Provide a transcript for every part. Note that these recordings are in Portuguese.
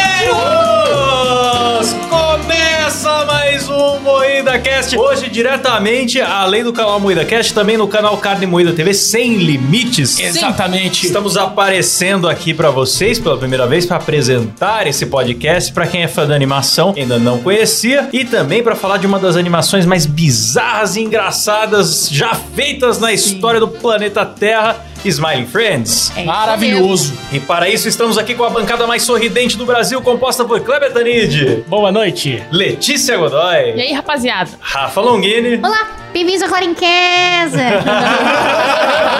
MoídaCast. um Hoje, diretamente, além do canal MoídaCast, também no canal Carne Moída TV Sem Limites. Exatamente. Estamos aparecendo aqui para vocês pela primeira vez para apresentar esse podcast para quem é fã da animação, ainda não conhecia, e também para falar de uma das animações mais bizarras e engraçadas já feitas na história do planeta Terra. Smiling Friends. É isso Maravilhoso. E para isso estamos aqui com a bancada mais sorridente do Brasil, composta por Kleber Tanid, Boa noite. Letícia Godoy, E aí, rapaziada? Rafa Longini. Olá, bem-vindos ao Clarinquesa!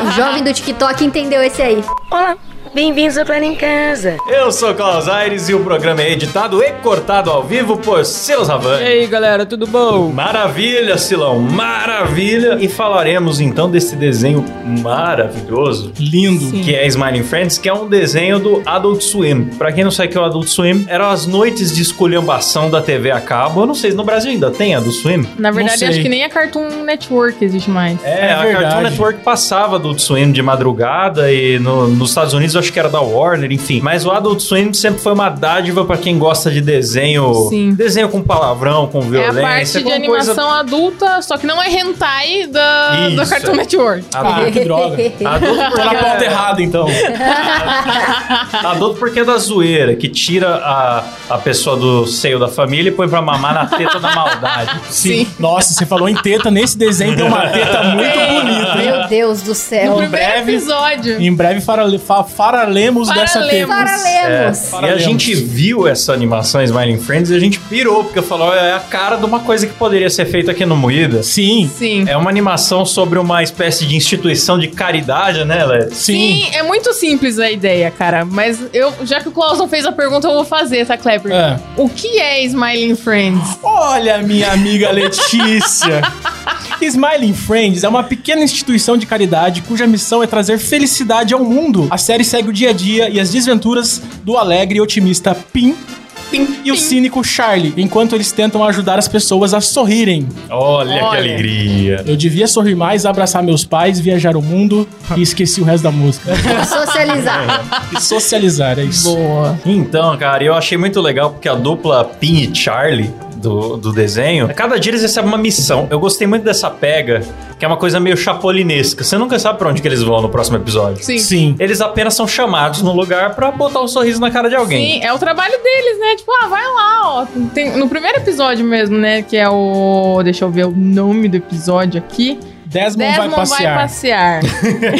o jovem do TikTok entendeu esse aí. Olá, bem-vindos ao Plano em Casa. Eu sou Klaus Aires e o programa é editado e cortado ao vivo por Silas Ravan. E aí, galera, tudo bom? Maravilha, Silão, maravilha! E falaremos então desse desenho maravilhoso. Lindo. Que é Smiling Friends, que é um desenho do Adult Swim. Pra quem não sabe o que é o Adult Swim, eram as noites de esculhambação da TV a cabo. Eu não sei, no Brasil ainda tem Adult Swim? Na verdade, sei. acho que nem a Cartoon Network existe mais. É, É a Cartoon verdade. Network passava Adult Swim de madrugada e no- nos Estados Unidos eu acho que era da Warner, enfim. Mas o Adult Swim sempre foi uma dádiva pra quem gosta de desenho. Sim. Desenho com palavrão, com É a violência, parte de com coisa- animação adulta, só que não é hentai da, Isso, da Cartoon é. Network. Ah, que droga. Adulto porque, Tô na pauta errada, então. adulto porque é da zoeira, que tira a, a pessoa do seio da família e põe pra mamar na teta da maldade. Sim. Nossa, você falou em teta. Nesse desenho tem uma teta muito bonita, hein? Meu Deus do No céu. primeiro É um breve- episódio. Em breve farale- fa- faralemos dessa Faralemos. teta. Paralemos. E a gente viu essa animação Smiling Friends e a gente pirou, porque eu falou, é a cara de uma coisa que poderia ser feita aqui no Moída. Sim, Sim. É uma animação sobre uma espécie de instituição de caridade, né, Led? sim. é muito simples a ideia, cara. Mas eu, já que o Klaus não fez a pergunta, eu vou fazer, tá, Kleber? É. O que é Smiling Friends? Olha, minha amiga Letícia. Smiling Friends é uma pequena instituição de caridade cuja missão é trazer felicidade ao mundo. A série segue o dia a dia e as desventuras do alegre e otimista Pim. Pim, e o cínico Charlie, enquanto eles tentam ajudar as pessoas a sorrirem. Olha, que Olha. alegria. Eu devia sorrir mais, abraçar meus pais, viajar o mundo e esqueci o resto da música. Socializar. E socializar, é isso. Boa. Então, cara, eu achei muito legal porque a dupla Pin e Charlie do, do desenho, a cada dia eles recebem uma missão. Eu gostei muito dessa pega, que é uma coisa meio chapolinesca. Você nunca sabe pra onde que eles vão no próximo episódio. Sim. Sim. Eles apenas são chamados no lugar pra botar um sorriso na cara de alguém. Sim, é o trabalho deles, né? Tipo, ah, vai lá, ó. Tem- no primeiro episódio mesmo, né? Que é o. Deixa eu ver o nome do episódio aqui. Desmond, vai Desmond vai passear. passear.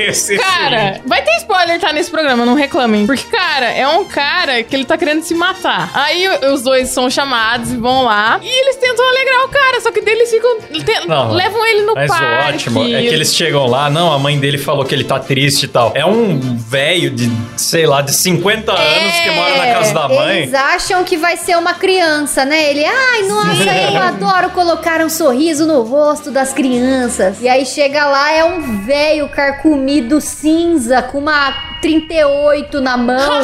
Esse sim. Cara, vai ter spoiler, tá? Nesse programa, não reclamem. Porque, cara, é um cara que ele tá querendo se matar. Aí o- os dois são chamados e vão lá. E eles tentam alegrar o cara, só que daí eles ficam. te- Não, levam ele no Mas parque. o ótimo é que eles chegam lá, não, a mãe dele falou que ele tá triste e tal. É um velho de, sei lá, de 50 É, anos que mora na casa da mãe. Eles acham que vai ser uma criança, né? Ele, ai, nossa, eu adoro colocar um sorriso no rosto das crianças. E aí chega lá, é um velho carcomido cinza com uma 38 na mão.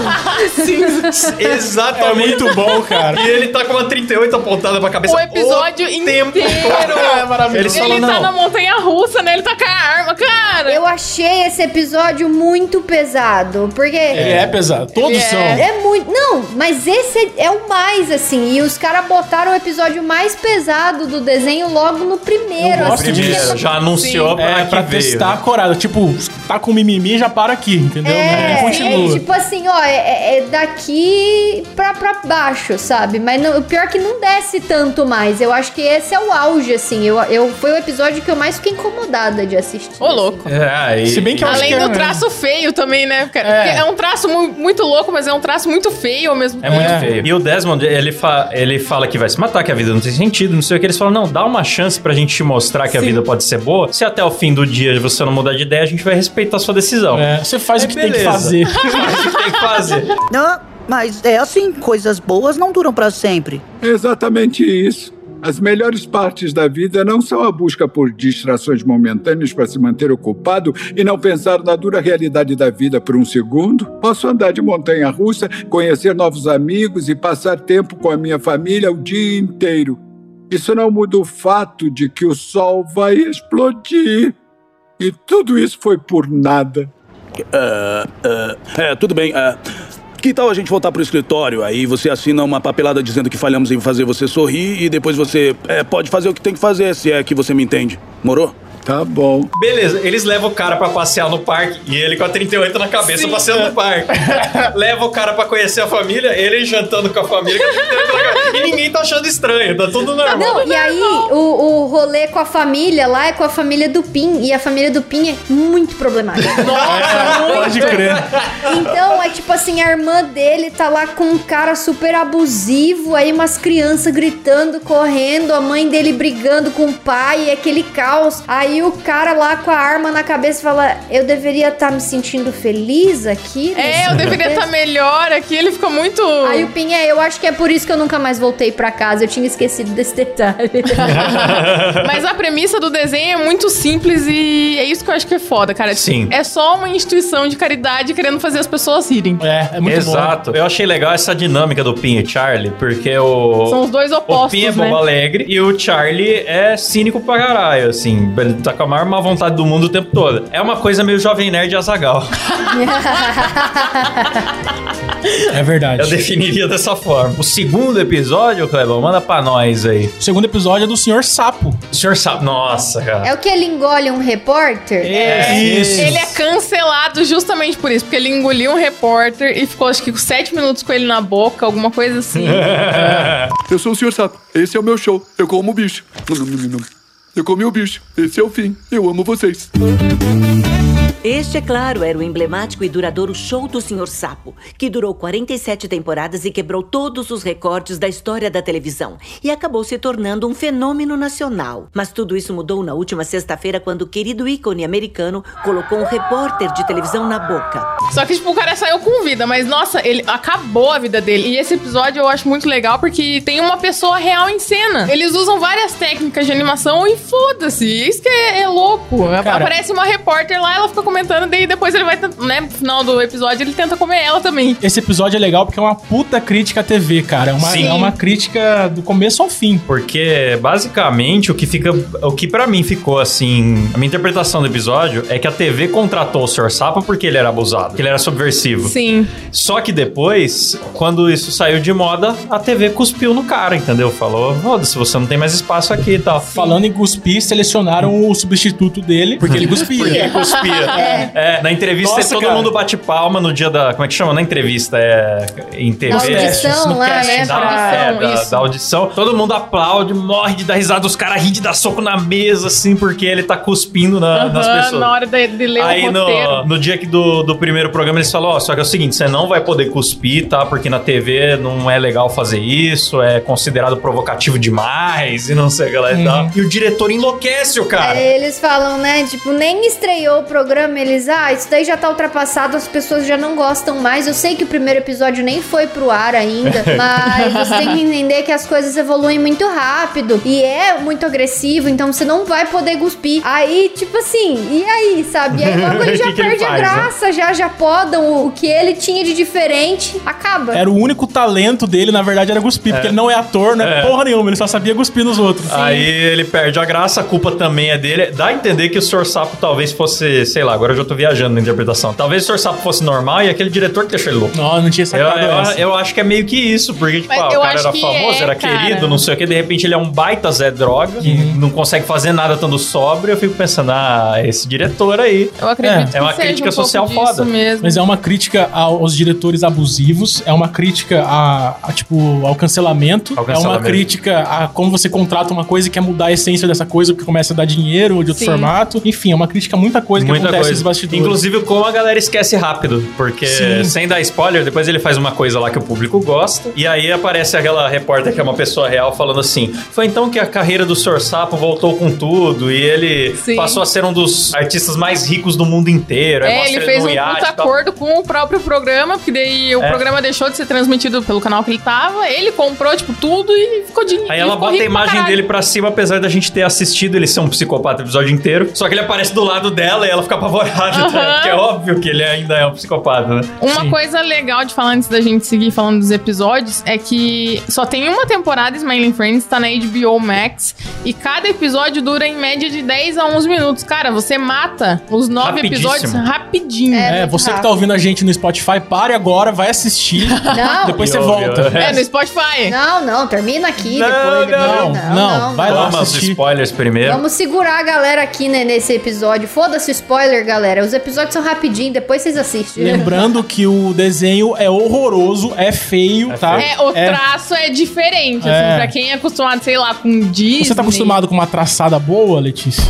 É Exatamente. muito bom, cara. E ele tá com uma 38 apontada pra cabeça. O episódio tempo inteiro. todo. É maravilhoso. Eles falam, Ele tá não. na montanha russa, né? Ele tá com a arma, cara. Eu achei esse episódio muito pesado, porque Ele é pesado. Todos Ele são. é. É muito. Não, mas esse é o mais, assim. E os caras botaram o episódio mais pesado do desenho logo no primeiro. Eu gosto assim, disso. porque- Primeiro, já anunciou pra É, Ah, que pra veio. né? testar a coragem. Tipo, tá com mimimi, já para aqui, entendeu? É, Não é continua. tipo assim, ó, é, é- é daqui pra, pra baixo, sabe? Mas não- o pior é que não desce tanto mais. Eu acho que esse é o auge, assim. Eu, eu, foi o episódio que eu mais fiquei incomodada de assistir. assim. Ô, louco. É, e- Se bem que eu acho Além que é- do traço feio também, né? Porque É. porque é. um traço mu- muito louco, mas é um traço muito feio ao mesmo É muito É. feio. E o Desmond, ele, fa- ele fala que vai se matar, que a vida não tem sentido, não sei o que. Eles falam, não, dá uma chance pra gente te mostrar que a vida pode ser boa. Se até o fim do dia você não mudar de ideia, a gente vai respeitar a sua decisão. É, você faz É o que tem beleza. que fazer. Mas o que tem que fazer? Ah, mas é assim, coisas boas não duram pra sempre. Exatamente isso. As melhores partes da vida não são a busca por distrações momentâneas para se manter ocupado e não pensar na dura realidade da vida por um segundo. Posso andar de montanha russa, conhecer novos amigos e passar tempo com a minha família o dia inteiro. Isso não muda o fato de que o sol vai explodir. E tudo isso foi por nada. É, tudo bem. é. Que tal a gente voltar pro escritório? Aí você assina uma papelada dizendo que falhamos em fazer você sorrir e depois você é, pode fazer o que tem que fazer, se é que você me entende. Morou? Tá bom. Beleza, eles levam o cara pra passear no parque e ele com a 38 na cabeça passeando no parque. Leva o cara pra conhecer a família, ele jantando com a família com a 38 na cabeça. E ninguém tá achando estranho, tá tudo normal. Não, e aí o, o rolê com a família lá é com a família do Pin. E a família do Pin é muito problemática. Pode crer. Então é tipo assim, a irmã dele tá lá com um cara super abusivo, aí umas crianças gritando, correndo, a mãe dele brigando com o pai, e aquele caos. Aí o cara lá com a arma na cabeça fala: Eu deveria estar me sentindo feliz aqui. nesse É, eu deveria contexto?" estar melhor aqui. Ele ficou muito. Aí o Pin é, eu acho que é por isso que eu nunca mais voltei pra casa. Eu tinha esquecido desse detalhe. Mas a premissa do desenho é muito simples e é isso que eu acho que é foda, cara. Sim. É só uma instituição de caridade querendo fazer as pessoas rirem. É, é muito Exato. Eu achei legal essa dinâmica do Pin e Charlie, porque o. São os dois o opostos, Pin é bobo né? alegre e o Charlie é cínico pra caralho, assim. Ele tá com a maior má vontade do mundo o tempo todo. É uma coisa meio jovem nerd e azagal. bom. É verdade. Eu definiria dessa forma. O segundo episódio, Clebão, manda pra nós aí. O segundo episódio é do Senhor Sapo. O senhor sabe. Nossa, cara. é o que ele engole um repórter? É, isso. Ele é cancelado justamente por isso, porque ele engoliu um repórter e ficou acho que com sete minutos com ele na boca, alguma coisa assim. Eu sou o Sr. Sapo. Esse é o meu show. Eu como o bicho. Eu comi o bicho. Esse é o fim. Eu amo vocês. Este, é claro, era o emblemático e duradouro show do Sr. Sapo, que durou 47 temporadas e quebrou todos os recordes da história da televisão e acabou se tornando um fenômeno nacional. Mas tudo isso mudou na última sexta-feira quando o querido ícone americano colocou um repórter de televisão na boca. Só que, tipo, o cara saiu com vida, mas nossa, ele acabou a vida dele. E esse episódio eu acho muito legal porque tem uma pessoa real em cena. Eles usam várias técnicas de animação e foda-se. Isso que é, é louco. Cara- Aparece uma repórter lá, ela fica comentando, daí depois ele vai, tent- né? No final do episódio, ele tenta comer ela também. Esse episódio é legal porque é uma puta crítica à TV, cara. É uma, Sim. é uma crítica do começo ao fim. Porque basicamente o que fica, o que pra mim ficou assim, a minha interpretação do episódio é que a TV contratou o Sr. Sapo porque ele era abusado, que ele era subversivo. Sim. Só que depois, quando isso saiu de moda, a TV cuspiu no cara, entendeu? Falou, foda-se, você não tem mais espaço aqui e tal. Falando em cuspir, selecionaram o substituto dele porque ele cuspia. Porque ele cuspia. É, na entrevista Nossa, todo cara. mundo bate palma no dia da. Como é que chama? Na entrevista é. Em TV. Na testes, no audição lá, teste né? da, audição, é, da- isso. da audição. Todo mundo aplaude, morre de dar risada, os caras riem de dar soco na mesa, assim, porque ele tá cuspindo na- nas Aham, pessoas. Na hora de, de ler Aí o roteiro. no, no dia que do, do primeiro programa eles falam, ó, só que é o seguinte, você não vai poder cuspir, tá? Porque na TV não é legal fazer isso, é considerado provocativo demais e não sei o que lá e tal. E o diretor enlouquece o cara. Aí eles falam, né? Tipo, nem estreou o programa, eles, ah, isso daí já tá ultrapassado, as pessoas já não gostam mais. Eu sei que o primeiro episódio nem foi pro ar ainda, mas você tem que entender que as coisas evoluem muito rápido e é muito agressivo, então você não vai poder cuspir. Aí, tipo assim, e aí, sabe? E aí logo ele Que já que ele perde a faz, né? graça, já, já podam o, o que ele tinha de diferente, acaba. Era o único talento dele, na verdade, era cuspir, porque ele não é ator, não é, porra nenhuma, ele só sabia cuspir nos outros. Aí ele perde a graça, a culpa também é dele. Dá a entender que o Sr. Sapo talvez fosse, sei lá, agora eu já tô viajando na interpretação. Talvez o Sr. Sapo fosse normal e aquele diretor que deixou ele louco. Não, não tinha Eu, sacado eu- essa. eu acho que é meio que isso, porque tipo, Mas ah, o eu cara acho era que famoso, é, era cara. querido, não sei o que, de repente ele é um baita Zé Droga, que não consegue fazer nada estando sóbrio. Eu fico pensando, ah, esse diretor aí. Eu acredito É, é uma que seja crítica um pouco social disso foda. mesmo. Mas é uma crítica ao- aos diretores abusivos, é uma crítica a, a, tipo, ao cancelamento, Ao é cancelamento. uma crítica a como você contrata uma coisa e quer mudar a essência dessa coisa porque começa a dar dinheiro ou de outro Sim. formato. Enfim, é uma crítica a muita coisa que Muita acontece nos coisa. bastidores. Inclusive, como a galera esquece rápido. Porque, Sim. sem dar spoiler, depois ele faz uma coisa lá que o público gosta. E aí aparece aquela repórter que é uma pessoa real falando assim: Foi então que a carreira do Sr. Sapo voltou com tudo. E ele Sim. passou a ser um dos artistas mais ricos do mundo inteiro. Aí É, mostra ele fez num um iate puta e tal. acordo com o próprio programa, porque daí o É. programa deixou de ser transmitido pelo canal que ele tava, ele comprou, tipo, tudo e ficou de Aí e ela ficou bota a rico pra imagem caralho. dele pra cima, apesar da gente ter assistido ele ser um psicopata o episódio inteiro. Só que ele aparece do lado dela e ela fica apavorado, né? porque é óbvio que ele ainda é um psicopata, né? Uma Sim. coisa legal de falar antes da gente seguir falando dos episódios é que só tem uma temporada Smiling Friends, tá na HBO Max e cada episódio dura em média de 10 a 11 minutos. Cara, você mata os nove Rapidíssimo. episódios rapidinho. É. É. É, você que tá ouvindo a gente no Spotify, pare agora, vai assistir. Não. Depois você E ouve, volta. é. no Spotify. Não, não, termina aqui Não, depois. depois- não, não, vai lá. Toma os assistir. spoilers É. primeiro. Vamos segurar a galera aqui né, nesse episódio. Foda-se o spoiler, galera. Os episódios são rapidinho, depois vocês assistem. Lembrando que o desenho é horroroso, é feio, É tá? feio. É, o É. traço é diferente, É. assim, pra quem é acostumado, sei lá, com Disney. Você tá acostumado com uma traçada boa, Letícia?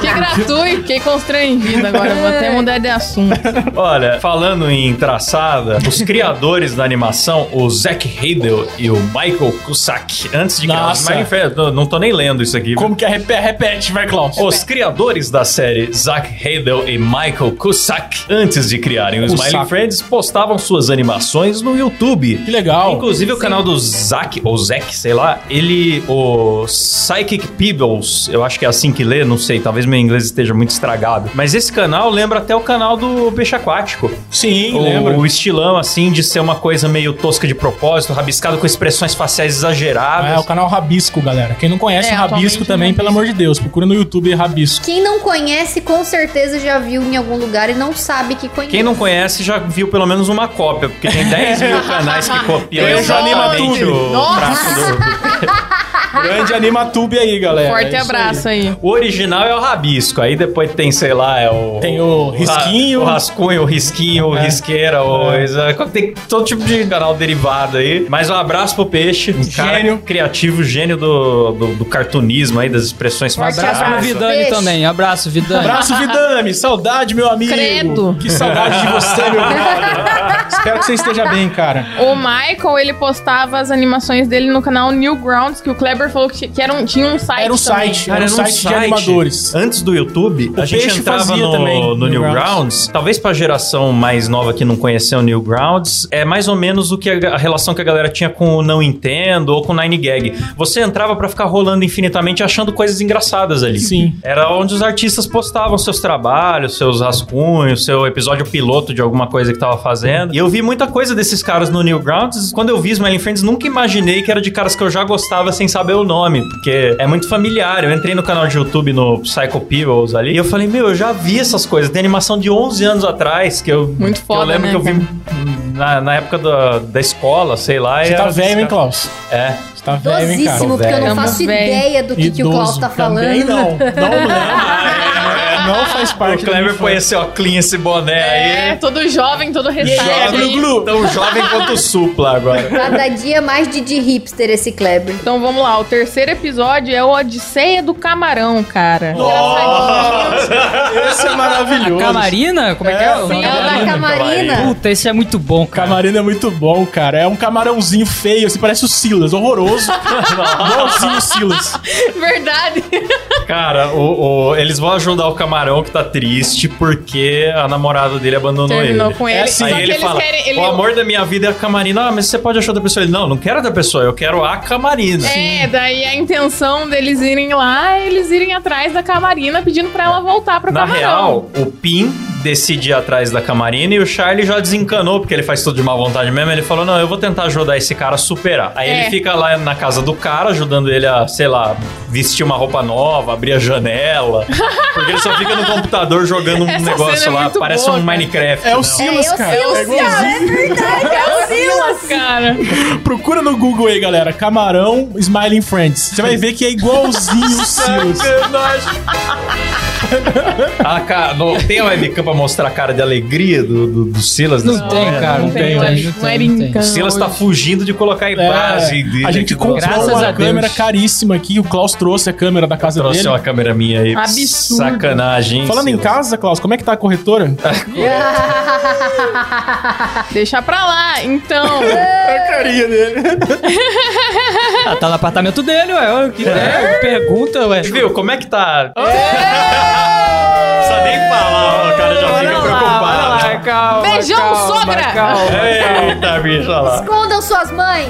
Que gratuito, fiquei constrangido agora, vou até mudar de assunto. Olha, falando em traçada, os criadores da animação, o Zack Riddle e o Michael Cusack, antes de criar os Nossa. Smiling Friends, não, não tô nem lendo isso aqui. viu? Como que é? Repete, repete vai, Klaus. Os criadores da série Zack Hadel e Michael Cusack, antes de criarem o Cusack. Smiling Friends, postavam suas animações no YouTube. Que Ah, legal. Inclusive o canal do Zack, ou Zack, sei lá, ele, o Psychic Peebles, eu acho que é assim que lê, não sei, talvez meu inglês esteja muito estragado, mas esse canal lembra até o canal do Peixe Aquático. Sim, O, lembra. o estilão, assim, de ser uma coisa meio tosca de propósito, rabiscado com expressões faciais exageradas. É, o canal Rabisco, galera. Quem não conhece É, o Rabisco atualmente também, não. pelo amor de Deus, procura no YouTube Rabisco. Quem não conhece, com certeza já viu em algum lugar e não sabe que conhece. Quem não conhece já viu pelo menos uma cópia, porque tem 10 mil canais que copiam Tem um exatamente monte. o Nossa. traço do... Grande AnimaTube aí, galera. É Forte isso aí. abraço aí. O original é o rabisco, aí depois tem, sei lá, é o... Tem o ra- Risquinho. O rascunho, o risquinho, o É. risqueira, o... É. exa- Tem todo tipo de canal derivado aí. Mas um abraço pro Peixe. Um cara Gênio. criativo, gênio do, do, do cartunismo aí, das expressões Forte faciais. Abraço pro Vidani Beijo. também. Abraço, Vidani. Abraço, Vidame. Saudade, meu amigo. Credo. Que saudade de você, meu brother. Espero que você esteja bem, cara. O Michael, ele postava as animações dele no canal Newgrounds, que o Kleber falou que, que era um, tinha um site Era um também. site. Era um site de animadores. Antes do YouTube, O a gente Peixe entrava fazia no, também, no Newgrounds. Newgrounds. Talvez pra geração mais nova que não conheceu o Newgrounds, é mais ou menos o que a, a relação que a galera tinha com o Não Entendo ou com o Nine Gag. Você entrava pra ficar rolando infinitamente achando coisas engraçadas ali. Sim. Era onde os artistas postavam seus trabalhos, seus rascunhos, seu episódio piloto de alguma coisa que tava fazendo. E eu vi muita coisa desses caras no Newgrounds. Quando eu vi Smiling Friends, nunca imaginei que era de caras que eu já gostava sem saber o nome, porque é muito familiar. Eu entrei no canal de YouTube no Psycho Peebles ali e eu falei, meu, eu já vi essas coisas. Tem animação de 11 anos atrás que eu, Muito que eu foda, lembro né, que eu vi na, na época da, da escola, sei lá. Você e tá era velho, hein, desses caras. Klaus? É. Você tá velho, hein, cara? Dosíssimo, porque eu não velho. faço Tamo velho. ideia do que, que o Klaus tá falando. Também não. Não lembro. Não faz parte O da minha Kleber põe esse infância. óculos, esse boné É, aí. todo jovem, todo Jovem, restado. aí. Tão Então, jovem quanto o supla agora. Cada dia mais de, de hipster esse Kleber. Então vamos lá, o terceiro episódio é o Odisseia do Camarão, cara. Engraçadinho. Esse é maravilhoso. Camarina? Como é, que é? o nome É o dela? da Camarina. Puta, esse é muito bom, cara. Camarino é muito bom, cara. É um camarãozinho feio, assim, parece o Silas, horroroso. Igualzinho o Silas. Verdade. Cara, o- o- eles vão ajudar o camarão que tá triste porque a namorada dele abandonou Terminou ele. com ele. É assim. Só Aí que ele eles fala, querem. Ele... o amor da minha vida é a Camarina. Ah, mas você pode achar outra pessoa. Ele, não, não quero outra pessoa, eu quero a Camarina. É, daí a intenção deles irem lá é eles irem atrás da Camarina pedindo pra ela voltar pro Na Camarão. real, o Pim decide ir atrás da Camarina e o Charlie já desencanou, porque ele faz tudo de má vontade mesmo. Ele falou: Não, eu vou tentar ajudar esse cara a superar. Aí É. ele fica lá na casa do cara, ajudando ele a, sei lá, vestir uma roupa nova, abrir a janela. porque ele só fica no computador jogando um Essa negócio cena é lá, muito parece boa, um cara. Minecraft. É o né? Silas, É, é o cara. Silas, é igualzinho. É o Silas, cara. Procura no Google aí, galera. Camarão Smiling Friends. Você vai ver que é igualzinho o Silas. A Ah, ca- no- tem a webcam pra mostrar a cara de alegria do, do, do Silas? nessa Não tem, mulher? cara. Não Não tem tem, hoje, não não era tem, não tem. O encano Silas tá hoje. fugindo de colocar em É, base. dele a aqui gente no- comprou Graças a uma Deus. câmera caríssima aqui. O Klaus trouxe a câmera da casa Trouxe dele. uma câmera minha aí. Absurdo. Sacanagem. hein, Falando em Silas? casa, Klaus, como é que tá a corretora? Deixa pra lá. Então, a carinha dele. Ah, tá no apartamento dele, ué. Olha o que é. Pergunta, ué. Viu, como é que tá? Não precisa nem falar, ó, o cara já fica Olha lá, preocupado. olha lá, calma, Beijão, calma, sogra! Calma, calma. Eita, bicho, olha lá. Escondam suas mães.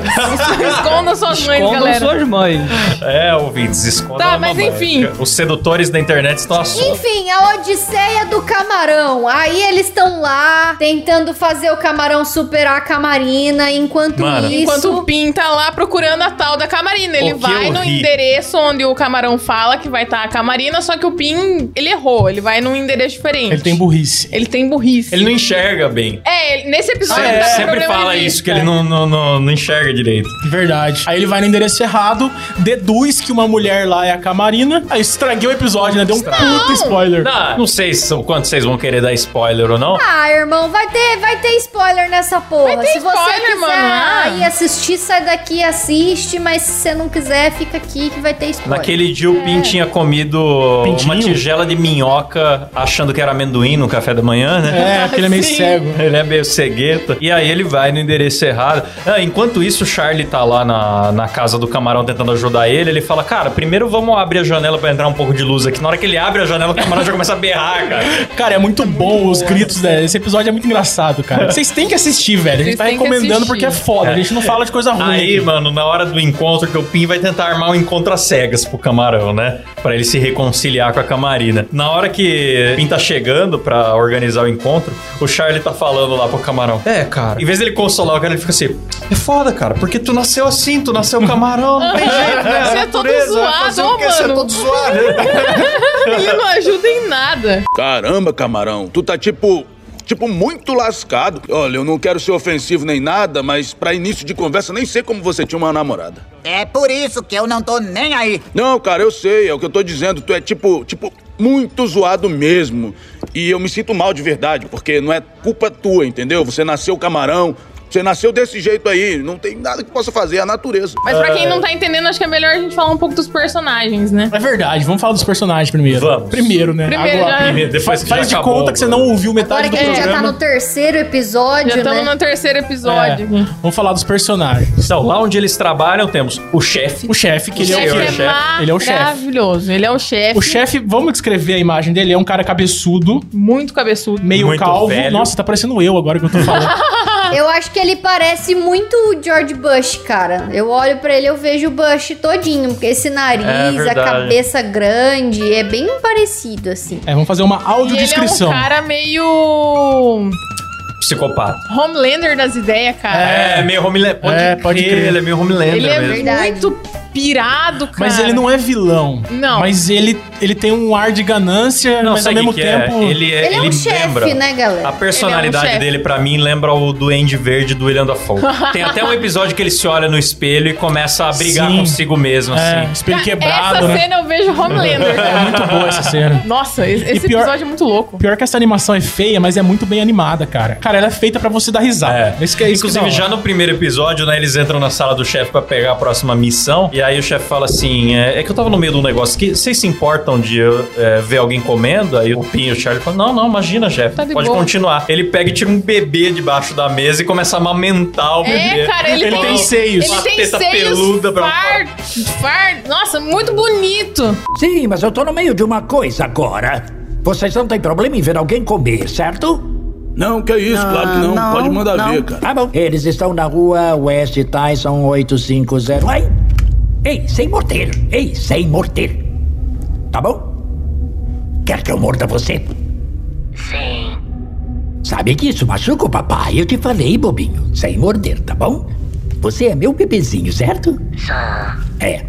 Escondam suas mães, Escondam galera. suas mães. É, ouvintes, escondam Tá, a mas mamãe. enfim. Os sedutores da internet estão assumindo. Enfim, a Odisseia do Camarão. Aí eles estão lá tentando fazer o camarão superar a camarina. Enquanto Mano. isso. Enquanto o Pin tá lá procurando a tal da Camarina. Ele O que vai eu no ri. endereço onde o camarão fala que vai estar a Camarina, só que o Pin, ele errou. Ele vai num endereço diferente. Ele tem burrice. Ele tem burrice. Ele não enxerga bem. É, ele- nesse episódio Sempre, ele tá com sempre problema é. fala de isso, vista. que ele não, não, não, não enxerga direito. Verdade. Aí ele vai no endereço errado, deduz que uma mulher lá é a Camarina. Aí estraguei o episódio, né? Deu um puta spoiler. Não, não sei se, o quanto vocês vão querer dar spoiler ou não. Ah, irmão, vai ter, vai ter spoiler nessa porra. Vai ter Se você spoiler, quiser mano, ah. ir assistir, sai daqui e assiste. Mas se você não quiser, fica aqui que vai ter spoiler. Naquele dia o Pin tinha comido Pintinho? uma tigela de minhoca, achando que era amendoim no café da manhã, né? É, aquele é meio Sim. cego. Ele é meio cegueta. E aí ele vai no endereço errado. Ah, enquanto isso, o Charlie tá lá na, na casa do camarão tentando ajudar ele. Ele fala: Cara, primeiro vamos abrir a janela pra entrar um pouco de luz aqui. Na hora que ele abre a janela, o camarão já começa a berrar, cara. Cara, é Tá muito bom os gritos, né? Esse episódio é muito engraçado, cara. Vocês têm que assistir, velho. A gente Vocês tá têm que recomendando assistir. porque é foda. A gente não fala de coisa ruim. Aí, aqui. mano, na hora do encontro, que o Pin vai tentar armar um encontro às cegas pro camarão, né? Pra ele se reconciliar com a camarina. Na hora que o Pin tá chegando pra organizar o encontro, o Charlie tá falando lá pro camarão. É, cara. Em vez dele consolar o cara, ele fica assim: é foda, cara, porque tu nasceu assim, tu nasceu camarão, não tem jeito, né? Você é A todo natureza vai zoado, fazer o ó, quê? Você é mano." todo zoado. Ele não ajuda em nada. Caramba, camarão, tu tá tipo. Tipo, muito lascado. Olha, eu não quero ser ofensivo nem nada, mas pra início de conversa, nem sei como você tinha uma namorada. É por isso que eu não tô nem aí. Não, cara, eu sei, é o que eu tô dizendo. Tu é tipo, tipo, muito zoado mesmo. E eu me sinto mal de verdade, porque não é culpa tua, entendeu? Você nasceu camarão, você nasceu desse jeito aí, não tem nada que possa fazer, é a natureza. Mas pra quem não tá entendendo, acho que é melhor a gente falar um pouco dos personagens, né? É verdade, vamos falar dos personagens primeiro. Vamos. Primeiro, né? Primeiro, Agora. já- Depois que Faz de já acabou, conta que você não ouviu metade Agora do que a gente já tá programa. no terceiro episódio, Já estamos né? no terceiro episódio. É, vamos falar dos personagens. Então, lá onde eles trabalham, temos o chefe. O chefe, que O ele é o senhor chefe chefe. é chefe. Ele é o chefe. maravilhoso. Ele é o chefe. O chefe, vamos descrever a imagem dele, é um cara cabeçudo, Muito cabeçudo. meio Muito calvo. velho. Nossa, tá parecendo eu agora que eu tô falando. Eu acho que ele parece muito o George Bush, cara. Eu olho pra ele eu vejo o Bush todinho. Porque esse É nariz, a verdade. cabeça grande, é bem parecido, assim. é, vamos fazer uma E ele é um audiodescrição. cara meio. Psicopata. Homelander das ideias, cara. É, meio Homelander. Pode, É, pode crer, crer. Ele é meio Homelander Ele é mesmo. Verdade. muito pirado, cara. Mas ele não é vilão. Não. Mas ele, ele tem um ar de ganância, Não, mas ao sabe o mesmo que que é? tempo. Ele é, Ele é um ele chefe, lembra. né, galera? A personalidade Ele é um chefe. dele, pra mim, lembra o Duende Verde do William Dafoe. Tem até um episódio que ele se olha no espelho e começa a brigar Sim. consigo mesmo, É, assim. espelho essa quebrado, né? cena eu vejo Homelander. É cara. muito boa essa cena. Nossa, esse esse pior- episódio é muito louco. Pior que essa animação é feia, mas é muito bem animada, cara. Cara, ela é feita pra você dar risada. É. Isso que é isso que Inclusive, dá já hora. no primeiro episódio, né, eles entram na sala do chefe pra pegar a próxima missão. E aí o chefe fala assim: é, é que eu tava no meio de um negócio que vocês se importam de eu é, ver alguém comendo? Aí o Pinho e o Charlie falam: Não, não, imagina, chefe. Tá de pode boa." continuar. Ele pega e tira um bebê debaixo da mesa e começa a amamentar o bebê. É, cara, ele, Ele tem seios. Ele Uma tem teta seios. peluda pra- far, far, nossa, muito bonito. Sim, mas eu tô no meio de uma coisa agora. Vocês não têm problema em ver alguém comer, certo? Não, que é isso, claro que não. não, Pode mandar não. ver, cara. Tá bom. Eles estão na rua West Tyson 850. Ai! Ei, sem morder! Ei, sem morder! Tá bom? Quer que eu morda você? Sim. Sabe que isso machuca o papai? Eu te falei, bobinho. Sem morder, tá bom? Você é meu bebezinho, certo? É.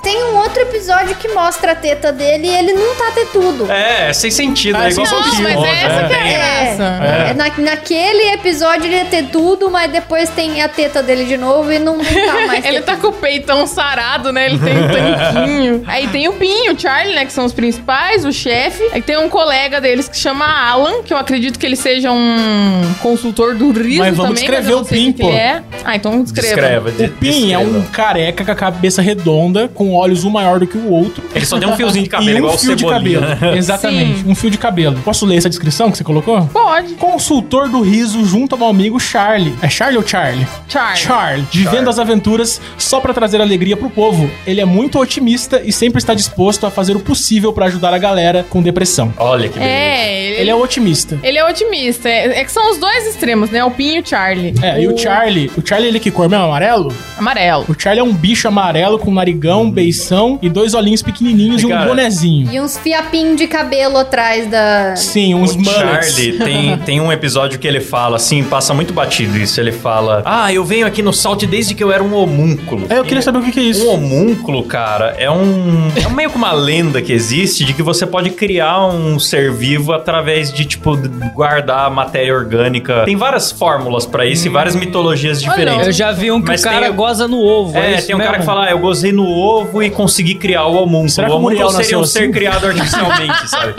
Tem um outro episódio que mostra a teta dele e ele não tá tetudo. É, é sem sentido. Ah, é é sem igual sentido. Pokémon, Não, mas é essa né? que é a graça. É, na- naquele episódio ele ia ter tudo, mas depois tem a teta dele de novo e não, não tá mais. Ele tá com o peitão sarado, né? Ele tem um tanquinho. Aí tem o Pinho, o Charlie, né? Que são os principais, o chefe. Aí tem um colega deles que chama Alan, que eu acredito que ele seja um consultor do riso Mas vamos também. descrever eu não o sei Pin, que pô. É. Ah, então descreva. Descreva. de- O Pin é um descreva. careca com a cabeça redonda, com olhos um maior do que o outro. Ele só tem um fiozinho de cabelo, E um igual o fio de Cebolinha, cabelo. né? Exatamente, um fio de cabelo. Posso ler essa descrição que você colocou? Pode. Consultor do riso junto ao amigo Charlie. É Charlie ou Charlie? Charlie. Charlie, vivendo as aventuras só pra trazer alegria pro povo. Ele é muito otimista e sempre está disposto a fazer o possível pra ajudar a galera com depressão. Olha que É, ele, Ele é otimista. ele é otimista. É, é que são os dois extremos, né? O Pinho e o Charlie. É, e o Charlie, o Charlie ele que cor mesmo? Amarelo? Amarelo. O Charlie é um bicho amarelo com narigão, beição e dois olhinhos pequenininhos e um Hum. Cara. bonezinho. E uns fiapinhos de cabelo atrás da. Sim, uns O mullets. Charlie tem, tem um episódio que ele fala assim, passa muito batido isso. Ele fala: Ah, eu venho aqui no Salt desde que eu era um homúnculo. É, eu queria saber o que que é isso. Um homúnculo, cara, é um. É meio que uma lenda que existe de que você pode criar um ser vivo através de, tipo, d- guardar matéria orgânica. Tem várias fórmulas pra isso e Hum. várias mitologias diferentes. Eu já vi um que Mas o cara tem- goza no ovo. É, tem um cara que fala, ah, eu gozei no ovo e consegui criar o homúnculo. Será que o o homúnculo Muriel seria nasceu um assim? ser criado artificialmente, sabe?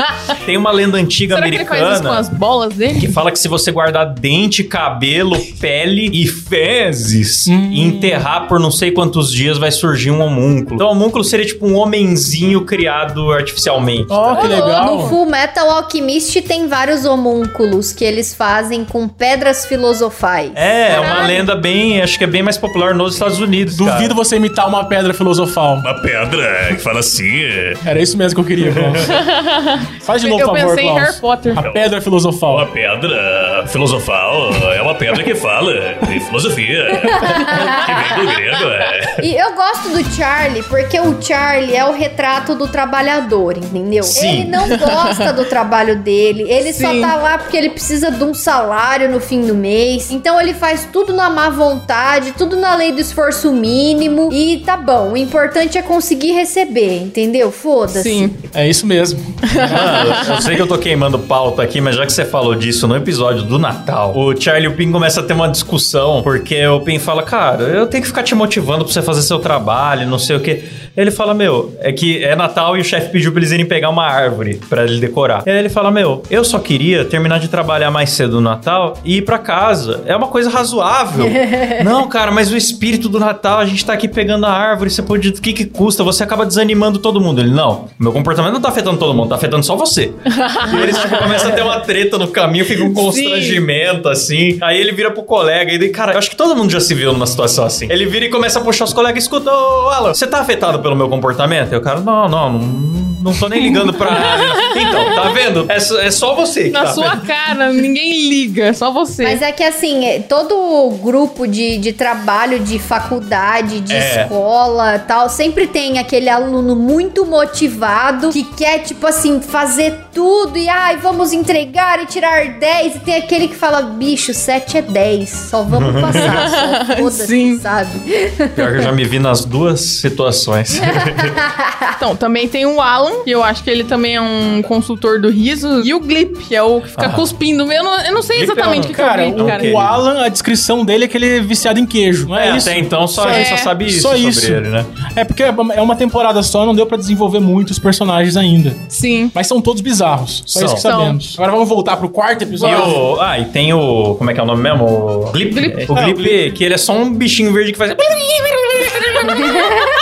Tem uma lenda antiga Será que ele americana faz isso com as bolas dele? que fala que se você guardar dente, cabelo, pele e fezes Hum. e enterrar por não sei quantos dias vai surgir um homúnculo. Então, o homúnculo seria tipo um homenzinho criado artificialmente. Ó, que No legal. Full Metal Alchemist tem vários homúnculos que eles fazem com pedras filosofais. É, é uma Caralho. lenda bem, acho que é bem mais popular nos Estados Unidos. cara. Duvido você imitar uma pedra filosofal. Uma pedra que fala assim. é, Era isso mesmo que eu queria, Klaus. Faz de novo, eu por favor, pensei em Klaus. Harry Potter. A pedra filosofal. Uma pedra filosofal é uma pedra que fala de filosofia. Que vem do grego, é. E eu gosto do Charlie porque o Charlie é o retrato do trabalhador, entendeu? Sim. Ele não gosta do trabalho dele, ele Sim. só tá lá porque ele precisa de um salário no fim do mês. Então ele faz tudo na má vontade, tudo na lei do esforço mínimo e tá bom. O importante é conseguir receber, entendeu? Foda-se. Sim. É isso mesmo. Mano, Ah, eu sei que eu tô queimando pauta aqui, mas já que você falou disso no episódio do Natal, o Charlie e o Pin começa a ter uma discussão, porque o Pin fala, cara, eu tenho que ficar te motivando pra você fazer seu trabalho, não sei o quê. Ele fala, meu, é que é Natal e o chefe pediu pra eles irem pegar uma árvore pra ele decorar. E aí ele fala, meu, eu só queria terminar de trabalhar mais cedo no Natal e ir pra casa. É uma coisa razoável. não, cara, mas o espírito do Natal, a gente tá aqui pegando a árvore, você pode. O que que custa? Você acaba desanimando todo mundo. Ele, não, meu comportamento não tá afetando todo mundo, tá afetando só você. e eles, tipo, começam a ter uma treta no caminho, fica um constrangimento, assim. Aí ele vira pro colega e daí, cara, eu acho que todo mundo já se viu numa situação assim. Ele vira e começa a puxar os colegas, escuta, ô Alan, você tá afetado pelo meu comportamento? E o cara, não, não, não. Não tô nem ligando pra. Então, tá vendo? É, só- é só você que Na tá sua cara, ninguém liga, é só você. Mas é que assim, é, todo grupo de, de trabalho, de faculdade, de É. escola tal, sempre tem aquele aluno muito motivado que quer, tipo assim, fazer tudo e ai, vamos entregar e tirar 10. E tem aquele que fala, bicho, 7 é 10, só vamos passar, só foda-se, Sim. sabe? Pior que eu já me vi nas duas situações. Então, também tem o Alan, que eu acho que ele também é um consultor do riso, e o Glip, que é o que fica Ah. cuspindo. Eu não, eu não sei Glip é exatamente o um- que, que Cara, é o o, Glip, cara. o Alan, a descrição dele é que ele é viciado em queijo. Não é, É, isso? até então só, a Só- gente só é, sabe isso só sobre isso. ele, né? É porque é uma temporada só, não deu pra desenvolver muito os personagens ainda. Sim. Mas são todos bizarros. Só São. isso que São. sabemos. Agora vamos voltar pro quarto E episódio. o, ah, e tem o. Como é que é o nome mesmo? O Glip. Glip. O Glip, que ele é só um bichinho verde que faz.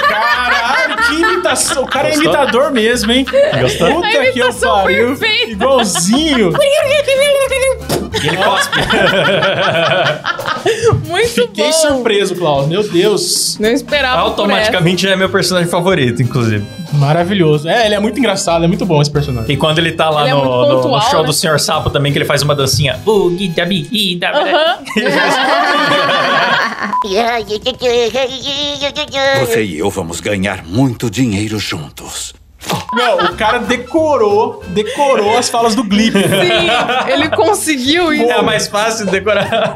Caralho, que imitação. O cara é Gostou? imitador mesmo, hein? Gostou? Puta que eu imitação pariu. perfeita. Igualzinho. E ele cospe. Muito Fiquei bom. surpreso, Klaus. Meu Deus. Não esperava por Automaticamente já é meu personagem favorito, inclusive. Maravilhoso. É, ele é muito engraçado, é muito bom esse personagem. E quando ele tá lá Ele é no, muito no- no pontual, show né? do Sr. Sapo também, que ele faz uma dancinha. O Guida Bi, Guida Bi. Aham. Você e eu vamos ganhar muito dinheiro juntos. Não, o cara decorou, decorou as falas do Glip. Sim, ele conseguiu isso. É mais fácil de decorar.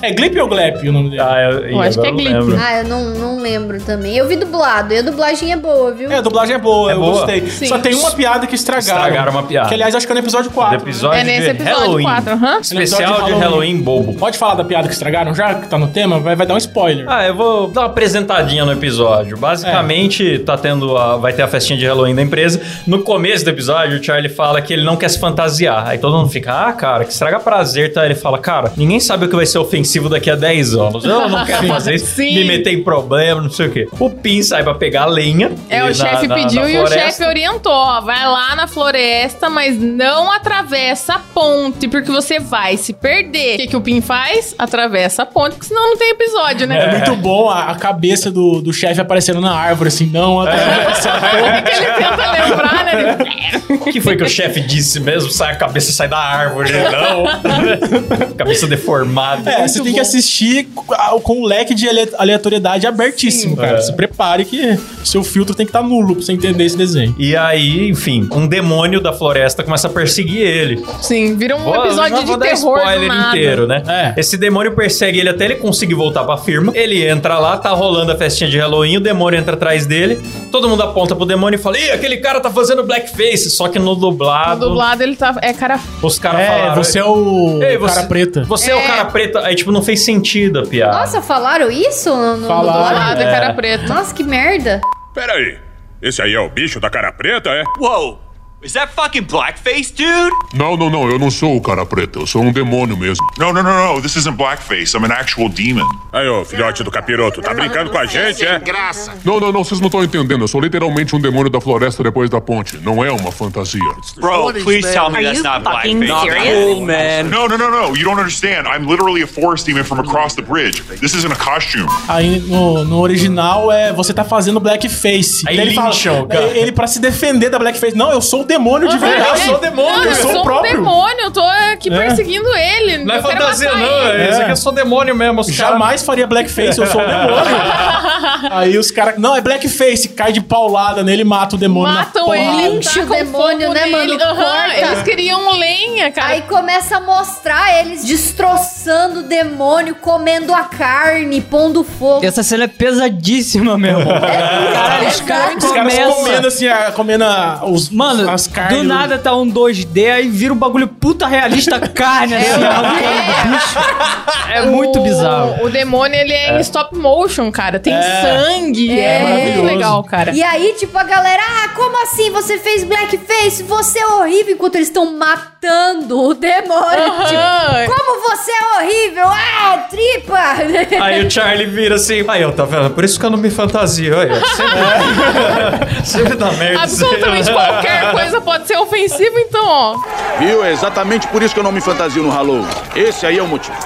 É Glip ou Glep o nome dele? ah, eu, Eu acho agora que é eu Glip. lembro. Ah, eu não, não lembro também. Eu vi dublado, e a dublagem é boa, viu? É, a dublagem é boa, É eu boa. gostei. Sim. Só tem uma piada que estragaram. Estragaram uma piada. Que, aliás, acho que é no episódio 4. Do episódio É nesse de episódio Halloween. quatro, aham. Especial de Episódio de Halloween. Halloween bobo. Pode falar da piada que estragaram já, que tá no tema? Vai, vai dar um spoiler. É. Ah, eu vou dar uma apresentadinha no episódio. Basicamente, tá tendo a, vai ter a festinha de Halloween da empresa. No começo do episódio, o Charlie fala que ele não quer se fantasiar. Aí todo mundo fica, ah, cara, que estraga prazer, tá? Ele fala, cara, ninguém sabe o que vai ser ofensivo daqui a 10 anos. Eu não quero fazer isso, Sim. me meter em problema, não sei o quê. O Pin sai pra pegar a lenha. É, ali o na- chefe na- na pediu e o floresta. chefe orientou. ó, Vai lá na floresta, mas não atravessa a ponte, porque você vai se perder. O que, que o Pin faz? Atravessa a ponte, porque senão não tem episódio, né? É muito bom a, a cabeça do, do chefe aparecendo na árvore, assim, não, É. atravessa a ponte. O que foi que o chefe disse mesmo? Sai a cabeça, sai da árvore, não. cabeça deformada. É, você tem que assistir com a- com um leque de ale- aleatoriedade abertíssimo, cara. É. Se prepare que seu filtro tem que estar nulo pra você entender esse desenho. E aí, enfim, um demônio da floresta começa a perseguir ele. Sim, vira um Vou- episódio já de vou dar terror do spoiler nada. inteiro, né? É. Esse demônio persegue ele até ele conseguir voltar pra firma. Ele entra lá, tá rolando a festinha de Halloween, o demônio entra atrás dele. Todo mundo aponta pro demônio e fala: Ih, aquele cara tá fazendo blackface. Só que no O dublado. dublado ele tá. É cara. Os caras É, falaram. você é o cara preta." Você é. o cara preta. Aí, tipo, não fez sentido a piada. Nossa, falaram isso? No, no Falaram, dublado? é. cara preta. Nossa, que merda. Peraí, esse aí é o bicho da cara preta, é? Whoa! Is that fucking blackface, dude? Não, não, não, eu não sou o cara preto, eu sou um demônio mesmo. Não, não, não, não, this isn't blackface, I'm an actual demon. Aí, ô, filhote do capiroto, tá brincando com a gente, é? Graça. Não, não, não, vocês não estão entendendo, eu sou literalmente um demônio da floresta depois da ponte, não é uma fantasia. Bro, What is please that? tell me Are that's you not fucking blackface. Not serious? cool, man. No, no, no, no, you don't understand, I'm literally a forest demon from across the bridge. This isn't a costume. Aí no, no original é você tá fazendo blackface. Aí Daí ele é, lincham o cara. ele, ele pra se defender da blackface. Não, eu sou o demônio de Uhum. verdade. É. Não, eu sou, o um próprio. demônio, eu tô aqui É. perseguindo ele. Não é eu quero fantasia, matar não, ele. é Esse aqui eu sou demônio mesmo. os cara- Jamais faria blackface, eu sou o demônio. Aí os caras. Não, é blackface, cai de paulada nele e mata o demônio. Matam na porrada. ele, Enche o tacam demônio, fogo né, nele. mano? Aham, Corta. eles queriam lenha, cara. Aí começa a mostrar eles destroçando o demônio, comendo a carne, pondo fogo. É Essa cena é pesadíssima, meu irmão. Caralho, é os caras Os caras começam. comendo assim, a- comendo a- os, Mano, as carnes. do nada tá um 2D, aí vira um bagulho puta realista carne, É. assim, arrancando bicho. É muito bizarro. O demônio, ele é, É. em stop motion, cara. Tem É. sangue. É, muito legal, cara. E aí, tipo, a galera, ah, como assim? Você fez blackface? Você é horrível enquanto eles estão matando o demônio. Aham. Tipo, como você é horrível? Ah, tripa! Aí o Charlie vira assim, aí eu tá vendo? Por isso que eu não me fantasio. Aí, ó, sempre, sempre dá merda. assim." isso aí. Absolutamente qualquer coisa pode ser ofensiva, então, ó. Viu? É exatamente por isso que eu não me fantasio no Halloween. Esse aí é o motivo.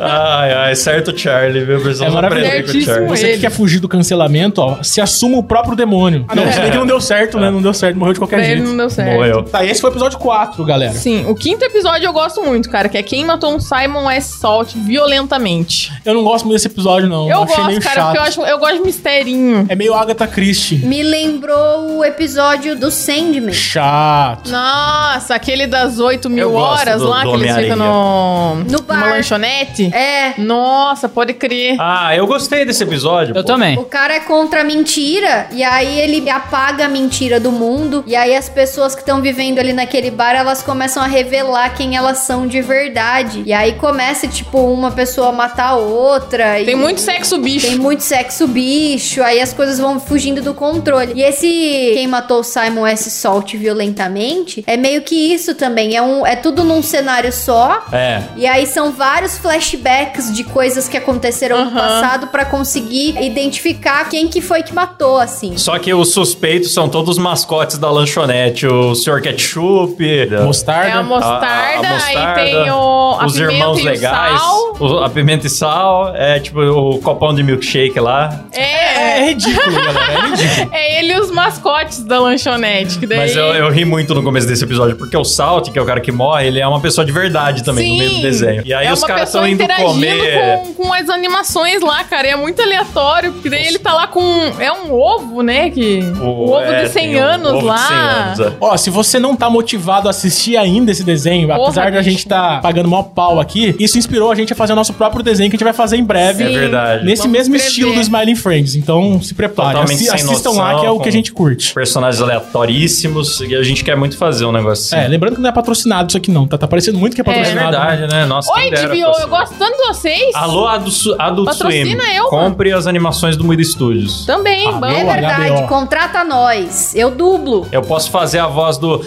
Ai, ai, certo Charlie, viu? Precisamos É aprender com o Charlie. Você que quer fugir do cancelamento, ó, se assuma o próprio demônio. Ah, não, se bem que não deu certo, né? Não deu certo, morreu de qualquer É. Pra ele jeito. não deu certo. Morreu. Tá, esse foi o episódio 4, galera. Sim, o quinto episódio eu gosto muito, cara, que é quem matou um Simon S. Salt violentamente. Eu não gosto muito desse episódio, não. Eu achei gosto, meio cara, chato. porque eu, acho, eu gosto de misterinho. É meio Agatha Christie. Me lembrou o episódio do Sandman. Chato. Nossa, aquele das 8 mil gosto horas do- lá do que eles ficam no, No numa bar. lanchonete. É. Nossa, pode crer. Ah, eu gostei desse episódio. Eu O cara é contra a mentira e aí ele apaga a mentira do mundo e aí as pessoas que estão vivendo ali naquele bar, elas começam a revelar quem elas são de verdade. E aí começa tipo uma pessoa a matar a outra. Tem muito sexo bicho. Tem muito sexo bicho, aí as coisas vão fugindo do controle. E esse quem matou o Simon S. Salt violentamente é meio que isso também, é um é tudo num cenário só. É. E aí são vários flashbacks de coisas que aconteceram no passado pra conseguir identificar quem que foi que matou, assim. Só que os suspeitos são todos os mascotes da lanchonete. O Sr. Ketchup... Mostarda. É a mostarda, aí tem o- a os pimenta irmãos e o legais, sal. o- a pimenta e sal, é tipo o copão de milkshake lá. É. É ridículo, galera, é ridículo. É ele e os mascotes da lanchonete, que daí... Mas eu, eu ri muito no começo desse episódio, porque o Salt, que é o cara que morre, ele é uma pessoa de verdade também no meio do desenho. E aí é os uma caras pessoa estão indo interagindo comer. Com, com as animações lá, cara. E é muito aleatório, porque daí ele tá lá com. É um ovo, né? Que, o ovo é, de 100 tem um anos ovo de lá. 100 anos, é. Ó, se você não tá motivado a assistir ainda esse desenho, Porra, apesar de a gente tá pagando mó pau aqui, isso inspirou a gente a fazer o nosso próprio desenho que a gente vai fazer em breve. Sim. É verdade. Nesse Vamos mesmo escrever. estilo do Smiling Friends. Então se prepare. Totalmente Assi- sem assistam noção, lá que é o que com a gente curte. Personagens aleatoríssimos, e a gente quer muito fazer um negócio assim. É, lembrando que não é patrocinado isso aqui não, tá? Tá parecendo muito que é É patrocinado. verdade, né? Nossa, Ou quem Era HBO, pra ser. eu gosto tanto de vocês. Alô, Adu- Adult Swim. Patrocina eu, mano. Compre as animações do Muido Studios. Também, Alô, vamos. É verdade, HBO. contrata nós. Eu dublo. Eu posso fazer a voz do.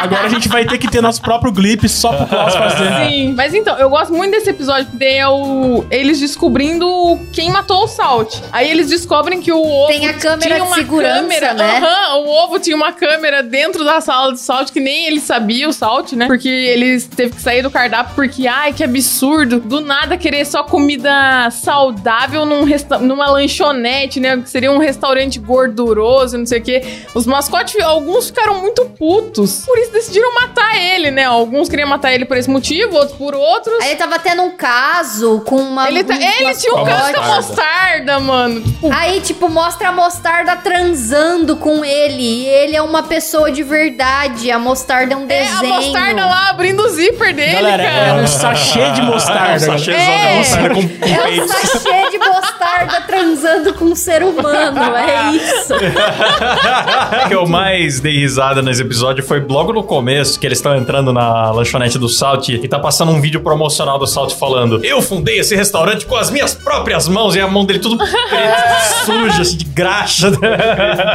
Agora a gente vai ter que ter nosso próprio clipe só pro Klaus fazer. Sim, mas então, eu gosto muito desse episódio, porque daí é o- eles descobrindo quem matou o Salt. Aí eles descobrem que o ovo Tem a câmera tinha de uma segurança, câmera, né? aham, o ovo tinha uma câmera dentro da sala do Salt, que nem ele sabia o Salt, né? Porque eles teve que sair do cardápio, porque, ai, que absurdo, do nada querer só comida saudável num resta- numa lanchonete, né? Que seria um restaurante gorduroso, não sei o quê. Os mascotes, alguns ficaram muito putos, por isso decidiram matar ele, né? Alguns queriam matar ele por esse motivo, outros por outros. Aí ele tava tendo um caso com uma. Ele, tá- um- ele umas tinha um cotas. canto da mostarda, mano. Aí, tipo, mostra a mostarda transando com ele. E ele é uma pessoa de verdade. A mostarda é um É a desenho. mostarda lá abrindo o zíper dele, Galera, cara. é um sachê de mostarda. É um sachêzão É. de mostarda com, com É um peitos. sachê de mostarda transando com um ser humano. É isso. O que eu mais dei risada nesse episódio foi logo no começo, que eles estão entrando na lanchonete do Salt e tá passando um vídeo promocional do Salt falando: Eu fundei esse restaurante com as minhas próprias mãos e a mão dele tudo preto, suja, assim, de graxa.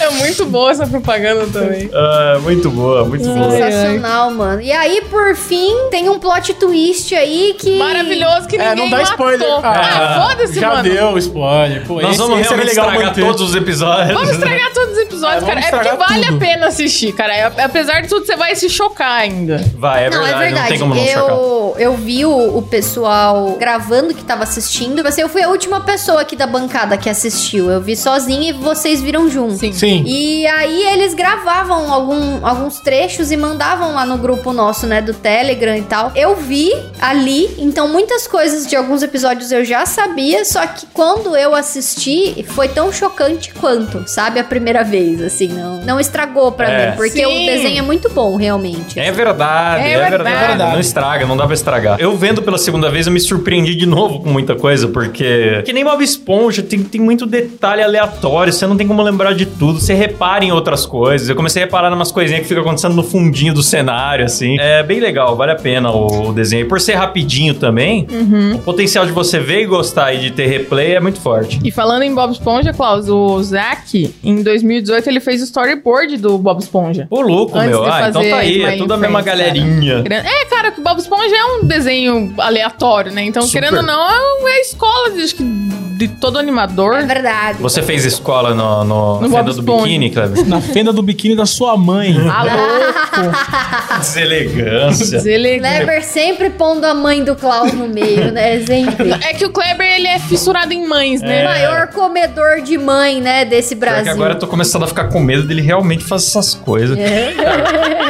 É muito boa essa propaganda também. É. Ah, muito boa, muito boa. Sensacional, mano. E aí, por fim, tem um plot twist aí que. Maravilhoso que ninguém É, não dá spoiler, matou. cara. Ah, foda-se, Já mano. deu spoiler. Pô, Nós esse- vamos esse é realmente legal estragar manter. todos os episódios. Vamos estragar todos os É, episódios, vamos cara. É porque estragar vale tudo. a pena assistir, cara. É- apesar de tudo, você vai se chocar ainda. Vai, é não, verdade, é não verdade. tem como não chocar. eu, eu vi o, o pessoal gravando que tava assistindo. Assim, eu fui a última pessoa aqui da bancada que assistiu. Eu vi sozinha e vocês viram junto. Sim. Sim. E aí eles gravavam algum- alguns trechos e mandavam lá no grupo nosso, né, do Telegram e tal. Eu vi ali, então muitas coisas de alguns episódios eu já sabia, só que quando eu assisti, foi tão chocante quanto, sabe? A primeira vez, assim, não, não estragou pra É. mim, porque o Sim. desenho é muito bom, realmente. É verdade, é, É verdade. verdade. Não estraga, não dá pra estragar. Eu vendo pela segunda vez, eu me surpreendi de novo com muita coisa, porque. Que nem Bob Esponja, tem, tem muito detalhe aleatório, você não tem como lembrar de tudo, você repara em outras coisas. Eu comecei a reparar em umas coisinhas que ficam acontecendo no fundinho do cenário, assim. É bem legal, vale a pena o, o desenho. E por ser rapidinho também, Uhum. o potencial de você ver e gostar e de ter replay é muito forte. E falando em Bob Esponja, Klaus, o Zack, em 2018, ele fez o storyboard do Bob Esponja. Ô, louco, Antes meu. de Ah, então fazer tá aí, é Smiling tudo a mesma Friends, cara. galerinha. Querendo- É, cara, que o Bob Esponja é um desenho aleatório, né? Então, Super. querendo ou não, é um- é a escola de, acho que, de todo animador. É verdade. Você fez escola no, no, No Bob Fenda do Esponja. Biquíni, Kleber? Na fenda do biquíni da sua mãe. Uhum. Ah, Deselegância. É Deselegante. Kleber sempre pondo a mãe do Klaus no meio, né? Sempre. É que o Kleber, ele é fissurado em mães, né? É. Maior comedor de mãe, né, desse Pior que Brasil. agora tá eu tô começando a ficar com medo dele realmente fazer essas coisas.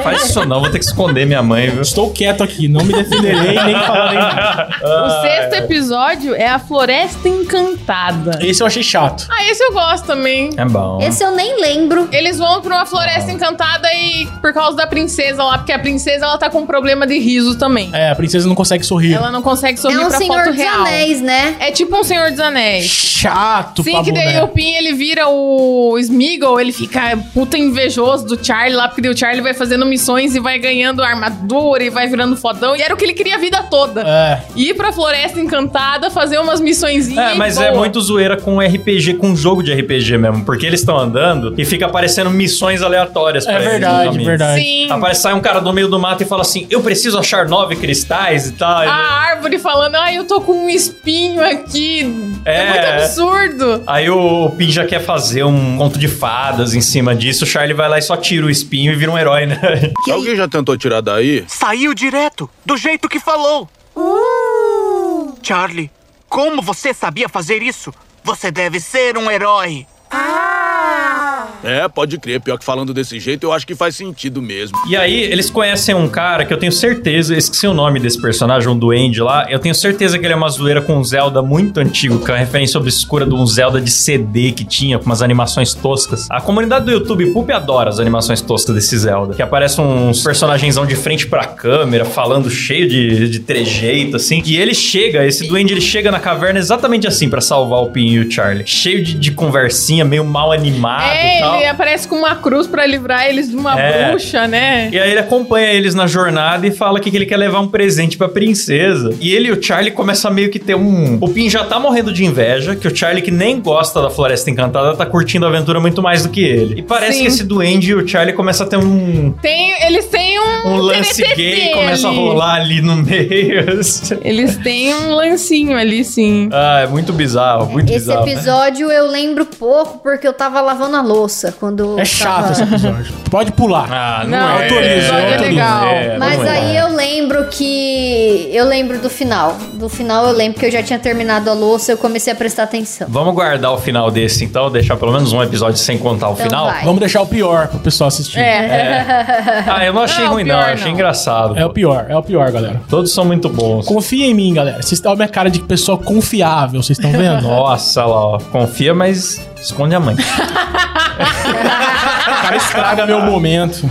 Faz isso não, vou ter que esconder minha mãe, viu? Estou quieto aqui, não me defenderei nem falarei nada. Ah, O sexto episódio é a Floresta Encantada. Esse eu achei chato. Ah, esse eu gosto também. É bom. Esse eu nem lembro. Eles vão pra uma Ah. floresta encantada e por causa da princesa lá, porque a princesa ela tá com problema de riso também. É, a princesa não consegue sorrir. Ela não consegue É sorrir um pra Senhor foto dos real. Anéis, né? É tipo um Senhor dos Anéis. Chato, Sim, pra que um. daí boneca. o Pin ele vira o Smeagol, ele fica puta invejoso do Charlie lá, porque daí o Charlie vai fazendo missões e vai ganhando armadura e vai virando fodão. E era o que ele queria a vida toda. É. Ir pra Floresta Encantada, fazer umas missõezinhas. É, e mas boa. é muito zoeira com RPG, com jogo de RPG mesmo, porque eles estão andando e fica aparecendo missões aleatórias pra É eles. no verdade, caminho. verdade. Sim. Aparece, sai um cara do meio do mato e fala assim: Eu preciso achar nove cristais e tal. A árvore falando, ai, eu tô com um espinho aqui. É, É. muito absurdo. Aí o Pin já quer fazer um conto de fadas em cima disso. O Charlie vai lá e só tira o espinho e vira um herói, né? Alguém já tentou tirar daí? Saiu direto, do jeito que falou. Uh! Charlie, como você sabia fazer isso? Você deve ser um herói. É, pode crer. Pior que falando desse jeito, eu acho que faz sentido mesmo. E aí, eles conhecem um cara que eu tenho certeza, eu esqueci o nome desse personagem, um duende lá. Eu tenho certeza que ele é uma zoeira com um Zelda muito antigo, que é uma referência obscura de um Zelda de CD que tinha, com umas animações toscas. A comunidade do YouTube Poop adora as animações toscas desse Zelda, que aparece uns personagemzão de frente pra câmera, falando cheio de, de trejeito, assim. E ele chega, esse duende, ele chega na caverna exatamente assim pra salvar o Pin e o Charlie. Cheio de, de conversinha, meio mal animado É, e legal. Ele aparece com uma cruz pra livrar eles de uma É. bruxa, né? E aí ele acompanha eles na jornada e fala que que ele quer levar um presente pra princesa. E ele e o Charlie começam a meio que ter um... O Pin já tá morrendo de inveja, que o Charlie, que nem gosta da Floresta Encantada, tá curtindo a aventura muito mais do que ele. E parece Sim. que esse duende e o Charlie começam a ter um... Tem, eles têm um. Um lance TBT gay começa a ali. rolar ali no meio. assim. Eles têm um lancinho ali, sim. Ah, é muito bizarro, muito Esse bizarro. né? episódio eu lembro pouco porque eu tava lavando a louça quando. É eu chato tava- esse episódio. Pode pular. Ah, não Não, é. Autorizo, esse episódio é autorizo. legal. né? Mas é. aí eu lembro que. Eu lembro do final. Do final eu lembro que eu já tinha terminado a louça, eu comecei a prestar atenção. Vamos guardar o final desse, então, deixar pelo menos um episódio sem contar o Então final. Ah. vai. Vamos deixar o pior pro é. pessoal assistir. É. Ah, eu não achei ruim, não. Achei engraçado. É o pior, é o pior, galera. Todos são muito bons. Confia em mim, galera. Vocês estão a minha cara de pessoa confiável, vocês estão vendo? Nossa, lá, ó. Confia, mas esconde a mãe. O cara estraga meu momento.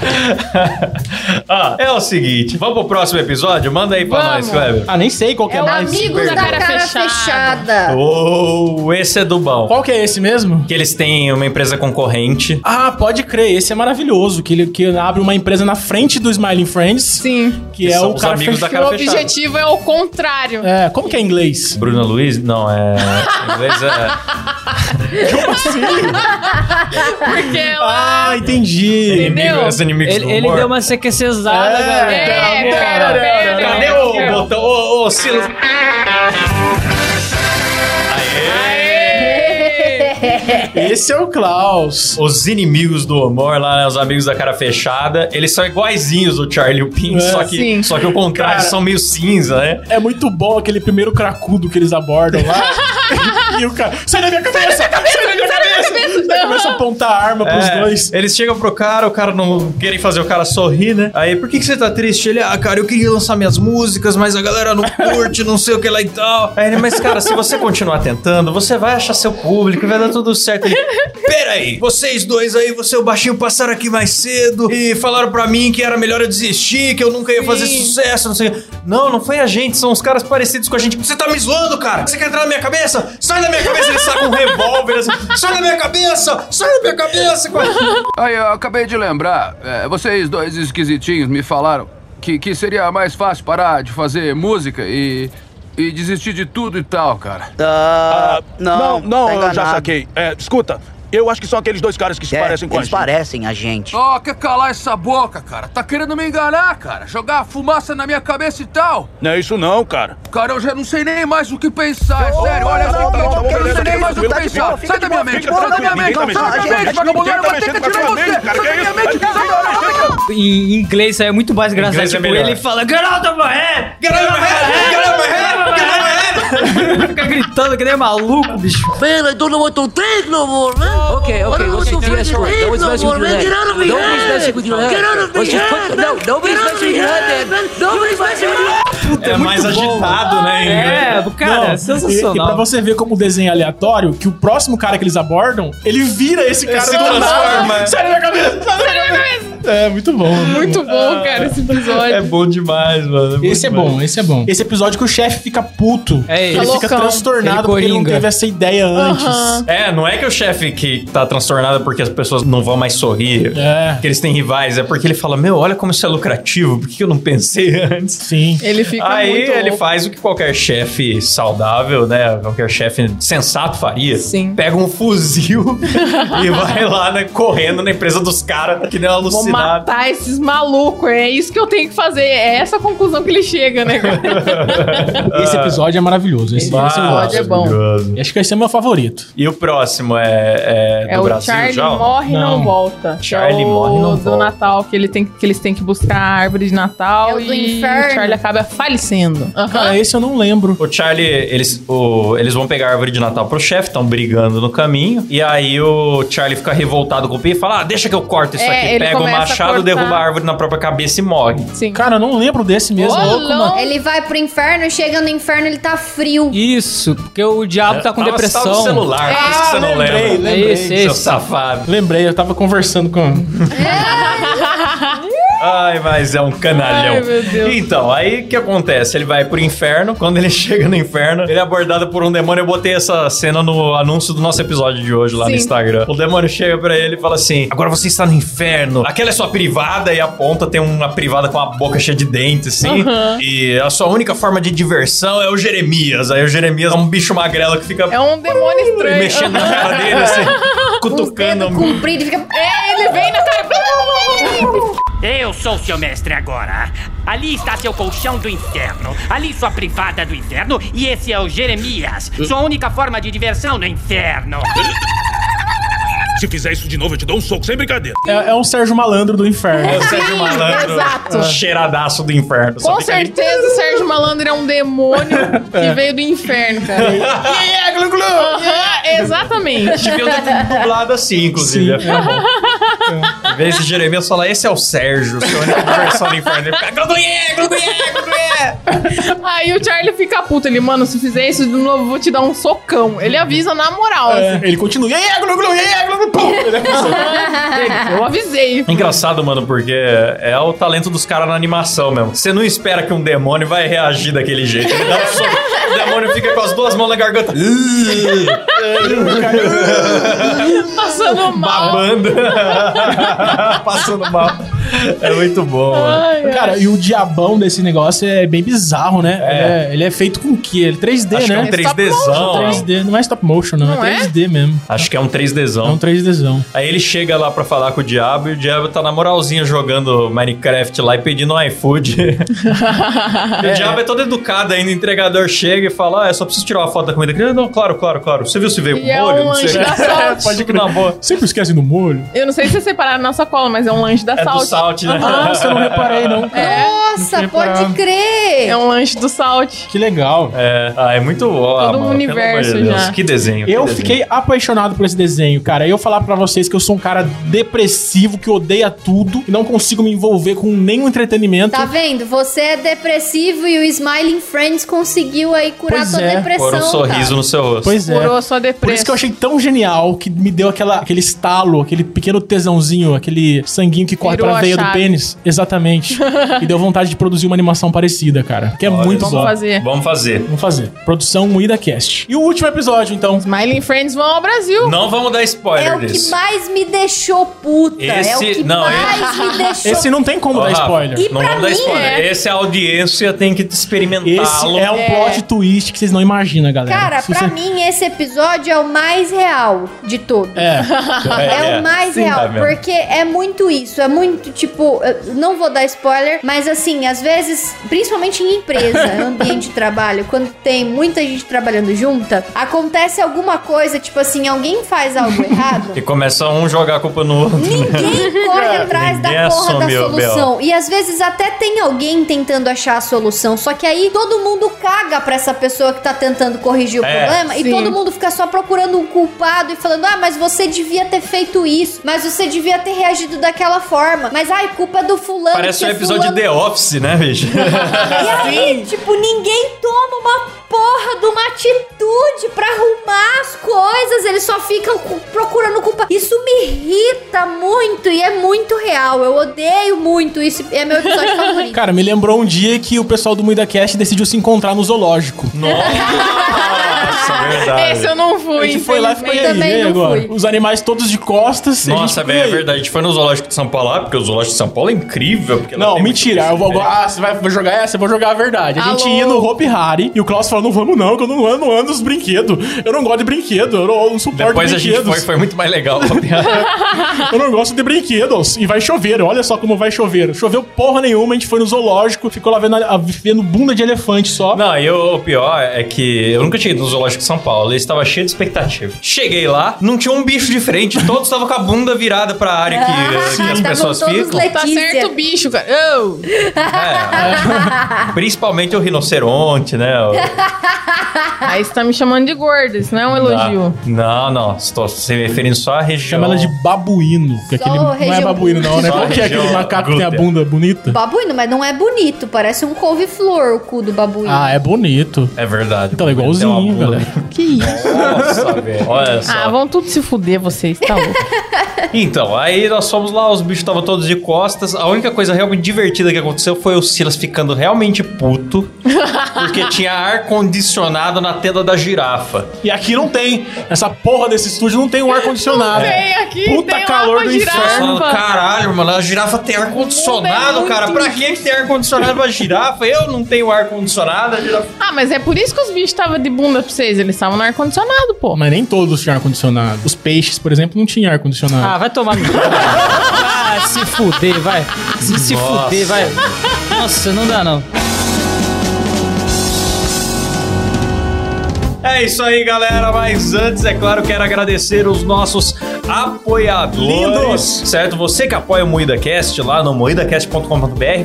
ah, é o seguinte. Vamos pro próximo episódio? Manda aí pra Vamos. nós, Kleber. Ah, nem sei um qual que é, mais. Amigos da cara, fechada. Oh, esse é do bom. Qual que é esse mesmo? Que eles têm uma empresa concorrente. Ah, pode crer, esse é maravilhoso. Que ele que abre uma empresa na frente do Smiling Friends. Sim. Que Que é são o os cara amigos da fechado. cara O objetivo é o contrário. É, como que é em inglês? Bruna Luiz? Não, é. Em inglês é. é. Porque ela. assim? é Ah, entendi. Inimigo, os inimigos Ele, do ele humor. deu uma né, CQCzada, galera. É, pera, pera, Cadê o botão? Ô, ô, Silas. Esse é o Klaus. Os inimigos do humor lá, né, os amigos da cara fechada, eles são iguaizinhos o Charlie e o Pin, É, só, que, sim. só que o contrário, Cara. são meio cinza, né? É muito bom aquele primeiro cracudo que eles abordam lá. e o cara. Sai da minha cabeça! Sai da minha cabeça! Daí começa a apontar a arma pros É, dois. Eles chegam pro cara, o cara não querem fazer o cara sorrir, né? Aí, por que, que você tá triste? Ele, ah, cara, eu queria lançar minhas músicas, mas a galera não curte, não sei o que lá e tal. Aí ele, mas cara, se você continuar tentando, você vai achar seu público, e vai dar tudo certo. Ele, peraí, vocês dois aí, você e o baixinho passaram aqui mais cedo e falaram pra mim que era melhor eu desistir, que eu nunca ia fazer sucesso, não sei o que. Não, não foi a gente, são os caras parecidos com a gente. Você tá me zoando, cara? Você quer entrar na minha cabeça? Sai da minha cabeça, ele saca um revólver, assim, sai da minha cabeça, sai da minha cabeça. Aí, eu acabei de lembrar. é, vocês dois esquisitinhos me falaram que, que seria mais fácil parar de fazer música e. e desistir de tudo e tal, cara. Ah, não, não, não, tá eu já enganado. saquei. É, escuta, eu acho que são aqueles dois caras que se É, parecem com a eles gente. parecem a gente. Ó, quer calar essa boca, cara? Tá querendo me enganar, cara? Jogar fumaça na minha cabeça e tal? Não é isso não, cara. Cara, eu já não sei nem mais o que pensar, é sério. não, Olha, não, eu não, não, não tá, beleza, sei nem fica mais o que tranquilo, pensar. fica Sai de da minha boa, mente, fica bora da minha tranquilo, mente, sai ninguém tá da mexendo minha com a mente, vagabundo, vai ter que sua mente, ninguém tá tirar mexendo com a você. sua mente, Sai da cara, que minha isso? mente, sai da minha mente. Em inglês isso aí é muito mais engraçado. Inglês é Tipo, melhor. ele fala, Get out of my head! Get out of my head! Get out of my head! Get out of my head! Fica gritando que nem maluco, bicho. Man, I don't know what to think no more, man. Okay, okay, I don't know okay, what to that's think right. Don't be no messing more, with your man. head. Get out of my Don't be head. messing with your head. Get out of my What's your head. fuck- man. No, nobody's Get out of messing with my your head, head, man. Nobody's messing with your head. é mais agitado, né? em inglês. É, cara, é sensacional. E, e pra você ver como o desenho é aleatório, que o próximo cara que eles abordam, ele vira esse cara se do nada. transforma. Sai da minha cabeça! Sai da minha cabeça! É, muito bom. Muito bom, cara, esse episódio. Ah. É bom demais, mano. Esse é bom, esse é bom. Esse episódio que o chefe fica puto. É, ele Tá fica loucão. transtornado Ele é porque ele não coringa. teve essa ideia antes. Aham. É, não é que o chefe que tá transtornado porque as pessoas não vão mais sorrir, É. que eles têm rivais, é porque ele fala: Meu, olha como isso é lucrativo, por que eu não pensei antes? Sim. Ele fica Aí muito ele louco. faz o que qualquer chefe saudável, né? Qualquer chefe sensato faria. Sim. Pega um fuzil e vai lá, né? Correndo na empresa dos caras, que nem um Vou alucinado. matar esses malucos. É isso que eu tenho que fazer. É essa a conclusão que ele chega, né, cara? Esse episódio é maravilhoso. Esse, Ah, esse eu gosto. episódio é bom. Acho que esse é meu favorito. E o próximo é, é É do o Brasil Charlie já? ó? morre e não, Não. volta. Charlie é o morre e não do volta. Natal que ele tem que eles têm que buscar a árvore de Natal É o do e inferno. o Charlie acaba falecendo. Cara, É, esse eu não lembro. Ah. O Charlie, eles, o- eles vão pegar a árvore de Natal pro chefe, estão brigando no caminho. E aí o Charlie fica revoltado com o Pin e fala: ah, deixa que eu corto isso É, aqui. ele Pega o começa a machado, cortar. derruba a árvore na própria cabeça e morre. Sim. Cara, eu não lembro desse mesmo. Ô, Louco, mano. louco. Ele vai pro inferno, chega no inferno, ele tá frio. Isso, porque o diabo tá com É, Tava- depressão. Tava no É. celular, por isso que você não Ah, lembrei, lembra. lembrei. Seu Esse. safado. Lembrei, eu tava conversando com. Ai, mas é um canalhão. Ai, meu Deus. Então, aí o que acontece? Ele vai pro inferno. Quando ele chega no inferno, ele é abordado por um demônio. Eu botei essa cena no anúncio do nosso episódio de hoje lá no Sim. Instagram. O demônio chega pra ele e fala assim: Agora você está no inferno. Aquela é sua privada e aponta, tem uma privada com a boca cheia de dentes, assim. Aham. E a sua única forma de diversão é o Jeremias. Aí o Jeremias é um bicho magrelo que fica É um É. demônio estranho. mexendo na cara dele, assim, cutucando. Comprido, fica. É, ele vem na cara. Eu sou seu mestre agora. Ali está seu colchão do inferno. Ali sua privada do inferno. E esse é o Jeremias. Hum? Sua única forma de diversão no inferno. Se fizer isso de novo, eu te dou um soco, sem brincadeira. É, é um Sérgio Malandro do inferno. É o Sérgio Malandro, Exato. um cheiradaço do inferno. só Com fica ali. certeza o Sérgio Malandro é um demônio que É. veio do inferno, cara. Yeah, glu, glu. Aham, exatamente. Deviam ter dublado assim, inclusive. Sim. Em vez de Jeremias falar, esse é o Sérgio, sua única diversão do inferno. Ele fica, Glodunhé, Glodunhé, Glodunhé. Aí o Charlie fica puto. Ele, mano, se fizer isso de novo, eu vou te dar um socão. Ele avisa na moral. É. assim. Ele continua. "Ei, é, glu, glu, ei, é, glu, glu", pum, ele Ele, Eu avisei. É Engraçado, mano, porque é o talento dos caras na animação mesmo. Você não espera que um demônio vai reagir daquele jeito. Ele dá um soco, o demônio fica com as duas mãos na garganta. Passando mal. Babando. Passando mal. É muito bom, mano. Cara, e o diabão desse negócio é bem bizarro, né? É. Ele, é, ele é feito com o quê? Ele é 3D, Acho que né? é um É 3Dzão, stop motion, 3D, não é stop motion, não. Não é é? 3D mesmo. Acho que é um 3Dzão. É um 3Dzão. Aí ele chega lá pra falar com o diabo e o diabo tá na moralzinha jogando Minecraft lá e pedindo um iFood. E o diabo é todo educado ainda, o entregador chega e fala: Ah, eu só preciso tirar uma foto da comida. Ele, Não, claro, claro, claro. Você viu se veio E com é molho? um não sei. lanche da Salt. Pode crer. na boa. Sempre esquece no molho. Eu não sei se vocês separaram na sacola, mas é um lanche da É do Salt. Salt, né? Ah, você não reparei, não. Nossa, Não tinha pode reparado. crer. É um lanche do Salt. Que legal. É, ah, é muito ó, Todo um mano, pelo universo amor de Deus. já. Que desenho. Eu que desenho. fiquei apaixonado por esse desenho, cara. Eu falar pra vocês que eu sou um cara depressivo, que odeia tudo, e não consigo me envolver com nenhum entretenimento. Tá vendo? Você é depressivo e o Smiling Friends conseguiu aí curar Pois sua é. depressão. Pôr um sorriso no seu rosto. Pois é. Curou sua Por isso que eu achei tão genial que me deu aquela, aquele estalo, aquele pequeno tesãozinho, aquele sanguinho que corre Virou pra a veia do chave. pênis. Exatamente. e deu vontade de produzir uma animação parecida, cara. Que é Olha muito só. bom. Vamos fazer. Vamos fazer. Produção Moída Cast. E o último episódio, então. Smiling Friends vão ao Brasil. Não vamos dar spoiler É o que disso. mais me deixou puta. é o Esse- que não, mais esse- me deixou Esse não é, né? tem como Ó, dar Rafa, spoiler. é Não vamos dar spoiler. Esse a audiência tem que experimentá-lo. Esse é um plot twist que vocês não imaginam, galera. Cara, Se pra você- mim esse episódio é o mais real de todos. É. É, É, o mais sim, tá real, vendo? porque é muito isso, é muito tipo, eu não vou dar spoiler, mas assim, às vezes, principalmente em empresa, ambiente de trabalho, quando tem muita gente trabalhando junta, acontece alguma coisa, tipo assim, alguém faz algo errado, E começa um jogar a culpa no outro. Ninguém corre atrás Ninguém da porra da assumiu, solução. E às vezes até tem alguém tentando achar a solução. Só que aí todo mundo caga pra essa pessoa que tá tentando corrigir o É. problema. E Sim. todo mundo fica só procurando um culpado e falando: ah, mas você devia ter feito isso. Mas você devia ter reagido daquela forma. Mas ai, culpa é do fulano. Parece um que episódio fulano... de The Office, né, bicho? E Assim? aí, tipo, ninguém toma uma porra de uma atitude pra arrumar as coisas, eles só ficam cu- procurando culpa. Isso me irrita muito e é muito real. Eu odeio muito isso. É meu episódio favorito. Cara, me lembrou um dia que o pessoal do Moída Cast decidiu se encontrar no zoológico. é verdade. é Esse eu não fui. A gente foi lá e ficou e aí, e aí agora? Os animais todos de costas. e a Nossa, gente- e velho, é aí? verdade. A gente foi no Zoológico de São Paulo lá, porque o Zoológico de São Paulo é incrível. porque lá Não, tem muita mentira. coisa Eu vou, diferente. ah, você vai vou jogar essa? Eu vou jogar a verdade. A gente Alô? ia no Hope Harry e o Klaus falou: não vamos não, que eu não ando, não ando os brinquedos. Eu não gosto de brinquedo, eu não, eu não suporto Depois a gente brinquedos. foi, foi muito mais legal. eu não gosto de brinquedos. E vai chover, olha só como vai chover. Choveu porra nenhuma, a gente foi no zoológico, ficou lá vendo, a- vendo bunda de elefante só. Não, e o pior é que eu nunca tinha ido no Zoológico de São Paulo. Ele estava cheio de expectativa. Cheguei lá, não tinha um bicho de frente. Todos estavam com a bunda virada pra área que, que as pessoas ficam. Tá certo o bicho, cara. Eu. É, Principalmente o rinoceronte, né? O- Aí você tá me chamando de gorda, isso não é um elogio. Não, não. Estou se referindo só à região. Chama ela de babuíno. Que Só aquele, não é região- babuíno, não, né? Só Qual que é região aquele macaco que tem a glútea. bunda bonita? Babuíno, mas não é bonito. Parece um couve-flor o cu do babuíno. Ah, é bonito. É verdade. Então, é igualzinho, galera. Que isso? Nossa, velho. Olha só. Ah, vão tudo se fuder, vocês, tá louco. Então, aí nós fomos lá, os bichos estavam todos de costas. A única coisa realmente divertida que aconteceu foi o Silas ficando realmente puto, porque tinha ar-condicionado na tenda da girafa. E aqui não tem. Essa porra desse estúdio não tem um ar-condicionado. Não tem aqui, Puta tem calor uma do girafa. inferno. Falando, caralho, mano, a girafa tem ar-condicionado, cara. Pra que que tem ar-condicionado pra girafa? Eu não tenho ar-condicionado, a girafa. Ah, mas é por isso que os bichos estavam de bunda pra vocês. Eles estavam no ar-condicionado, pô. Mas é nem todos tinham ar-condicionado. Os peixes, por exemplo, não tinham ar-condicionado. Ah, vai tomar no cu. Ah, se fuder, vai. Se, se Nossa. fuder, vai. Nossa, não dá não. É isso aí, galera. Mas antes, é claro, quero agradecer os nossos apoiadores. Lindos! Certo? Você que apoia o MoídaCast lá no moidacast.com.br,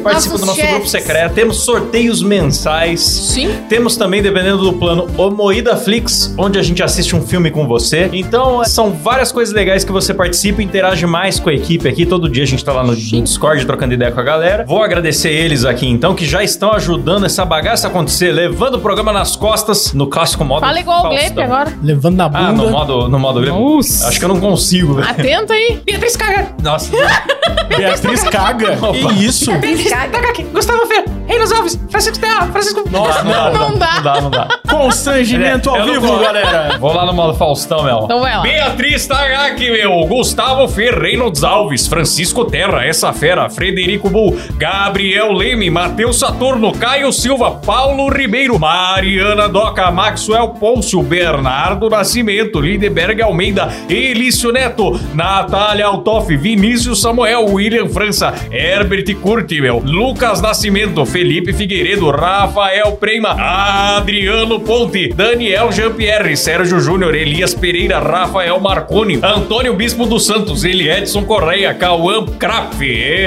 participa Nossos do nosso chefs. grupo secreto. Temos sorteios mensais. Sim. Temos também, dependendo do plano, o Moída Flix, onde a gente assiste um filme com você. Então, são várias coisas legais que você participa e interage mais com a equipe aqui. Todo dia a gente tá lá no Discord trocando ideia com a galera. Vou agradecer eles aqui, então, que já estão ajudando essa bagaça acontecer, levando o programa nas costas, no clássico modo Fala igual o Faustão. Gleip agora. Levando na Ah, no modo, no modo Gleip. Acho que eu não consigo, velho. Atenta aí. Beatriz caga. Nossa. Beatriz caga. Opa. Que isso? Beatriz caga aqui. Gustavo Fer. Reinos Alves. Francisco Terra. Francisco... Nossa, não, não dá. Não dá, não dá. É, Constrangimento ao Eu não vivo, vou. galera. Vou lá no modo Faustão, meu. Então vai lá. Beatriz Tagaki, meu. Gustavo Ferreiros Alves, Francisco Terra, essa fera, Frederico Bull, Gabriel Leme, Matheus Saturno, Caio Silva, Paulo Ribeiro, Mariana Doca, Maxwell Pôncio, Bernardo Nascimento, Lindeberg Almeida, Elício Neto, Natália Altoff, Vinícius Samuel, William França, Herbert Curti, meu, Lucas Nascimento, Felipe Figueiredo, Rafael Prema, Adriano Ponte, Daniel Jean-Pierre, Sérgio Júnior, Elias Pereira, Rafael Marconi, Antônio Bispo dos Santos, Eli Edson Correia, Cauã Crap,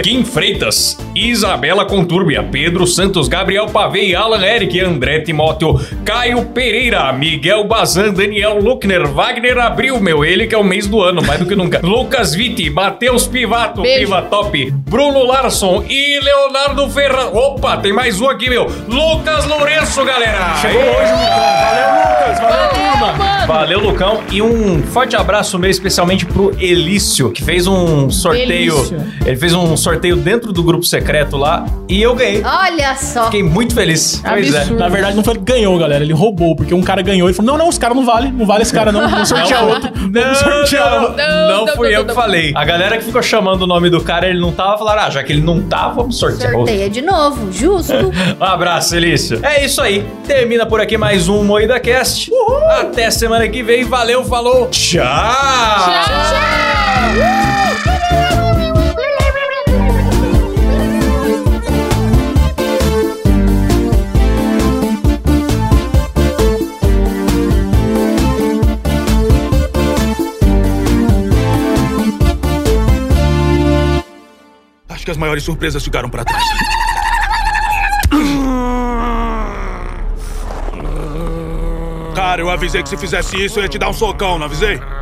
Kim Freitas, Isabela Contúrbia, Pedro Santos, Gabriel Pavei, Alan Eric, André Timóteo, Caio Pereira, Miguel Bazan, Daniel Luckner, Wagner Abril, meu, ele que é o mês do ano, mais do que nunca, Lucas Vitti, Matheus Pivato, Beijo. Piva Top, Bruno Larson e Leonardo Ferran. Opa, tem mais um aqui, meu, Lucas Lourenço, galera! Chegou hoje o Lucão. Valeu, Lucas. Valeu, turma. Valeu, Lucão. E um forte abraço meu, especialmente pro Elício, que fez um sorteio. Elício. Ele fez um sorteio dentro do grupo secreto lá e eu ganhei. Olha só. é. Fiquei muito feliz. Pois é. Na verdade, não foi ele que ganhou, galera. Ele roubou, porque um cara ganhou e falou: não, não, esse cara não vale. Não vale esse cara, não. Vamos sortear Não. outro. Não, Vamos sortear não, outro. não, não, fui não, eu não, que falei. A galera que ficou chamando o nome do cara, ele não tava, falaram, ah, já que ele não tá, vamos sortear outro. Sorteia é de novo, justo. Um abraço, Elício. É isso aí. Termina por aqui mais um Moída Cast. Até semana que vem. Valeu, falou. Tchau. Acho que as maiores surpresas ficaram pra trás. Cara, eu avisei que se fizesse isso eu ia te dar um socão, não avisei?